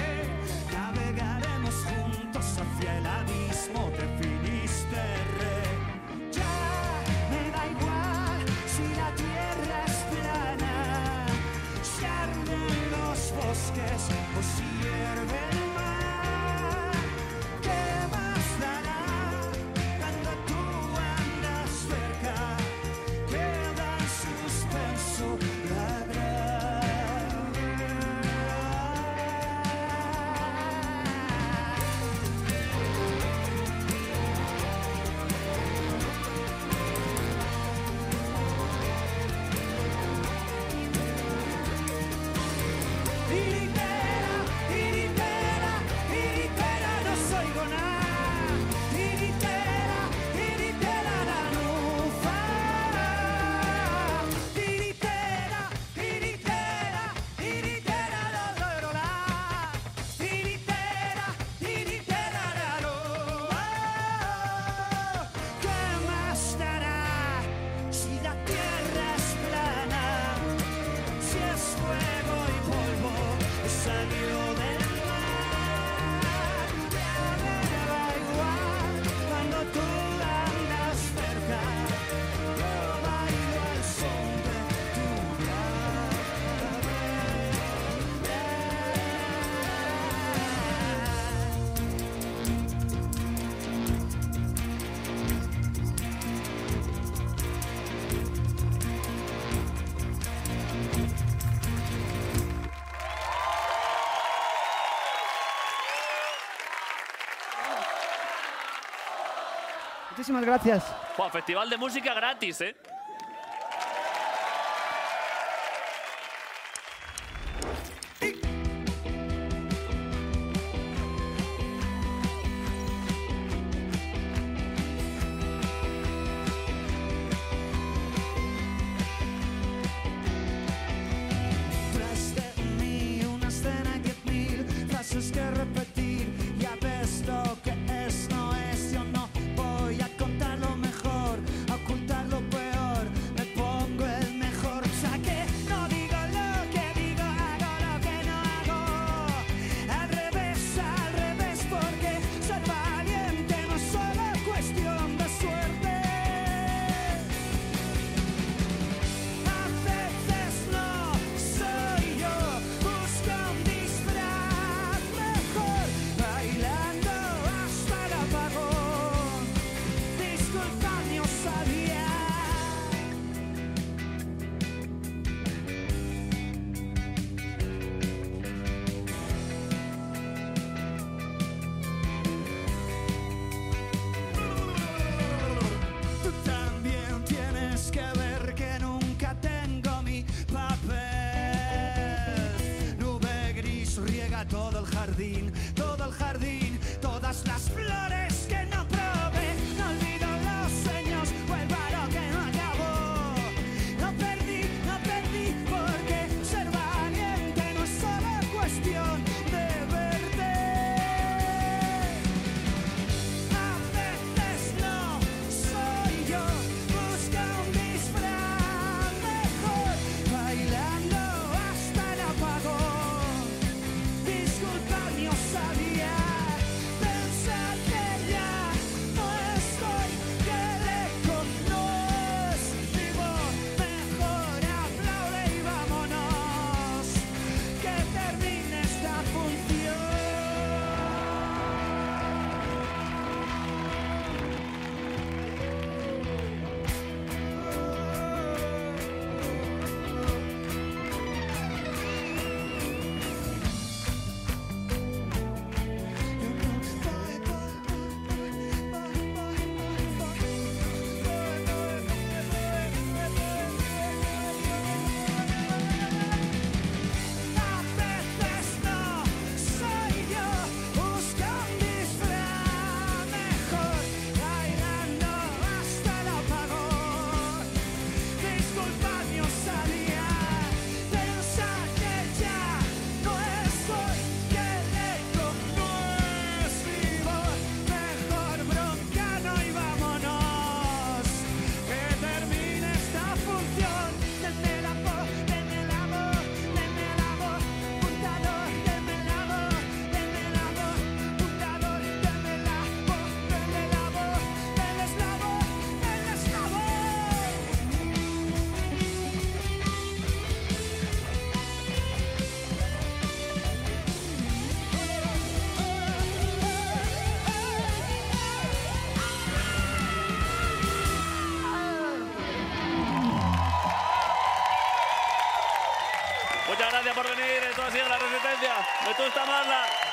Navegaremos juntos hacia el abismo, te finiste rey. Ya me da igual si la tierra es plana, se arden los bosques o si hierve el mar. ¿Qué más dará cuando tú andas cerca? Queda en suspenso la Y libera, y libera, y libera, no soy nada. Y libera, y libera, la nufa. Y libera, y libera, y libera, la dolorosa. Y libera, y libera, la nufa. ¿Qué más dará si la tierra es plana? Si es fuego y polvo, salió del mar. Ya me da igual cuando tú andas cerca. Yo bailo al son de tu cara. Muchísimas gracias. Buah, festival de música gratis, ¿eh? Tras de mí una escena que mil frases que repetir Ya ves lo que es, no es, yo no voy a contar lo mejor A ocultar lo peor, me pongo el mejor O sea que no digo lo que digo, hago lo que no hago Al revés, al revés, porque ser valiente no es solo cuestión de suerte a veces no soy yo, busco un disfraz mejor, bailando hasta el apagón. Disculpa, no sabía. Tú también tienes que ver que nunca tengo mi papel. Nube gris riega todo el jardín, todo el jardín, todas las flores que no probé. No olvido los sueños, vuelvo a lo que no acabó. No perdí, no perdí, porque ser valiente no es solo cuestión de verte. A veces no soy yo, busca un disfraz mejor, bailando hasta el apagón. Disculpa, no sabía. Muchas gracias por venir. Esto ha sido La Resistencia. Vetusta Marla.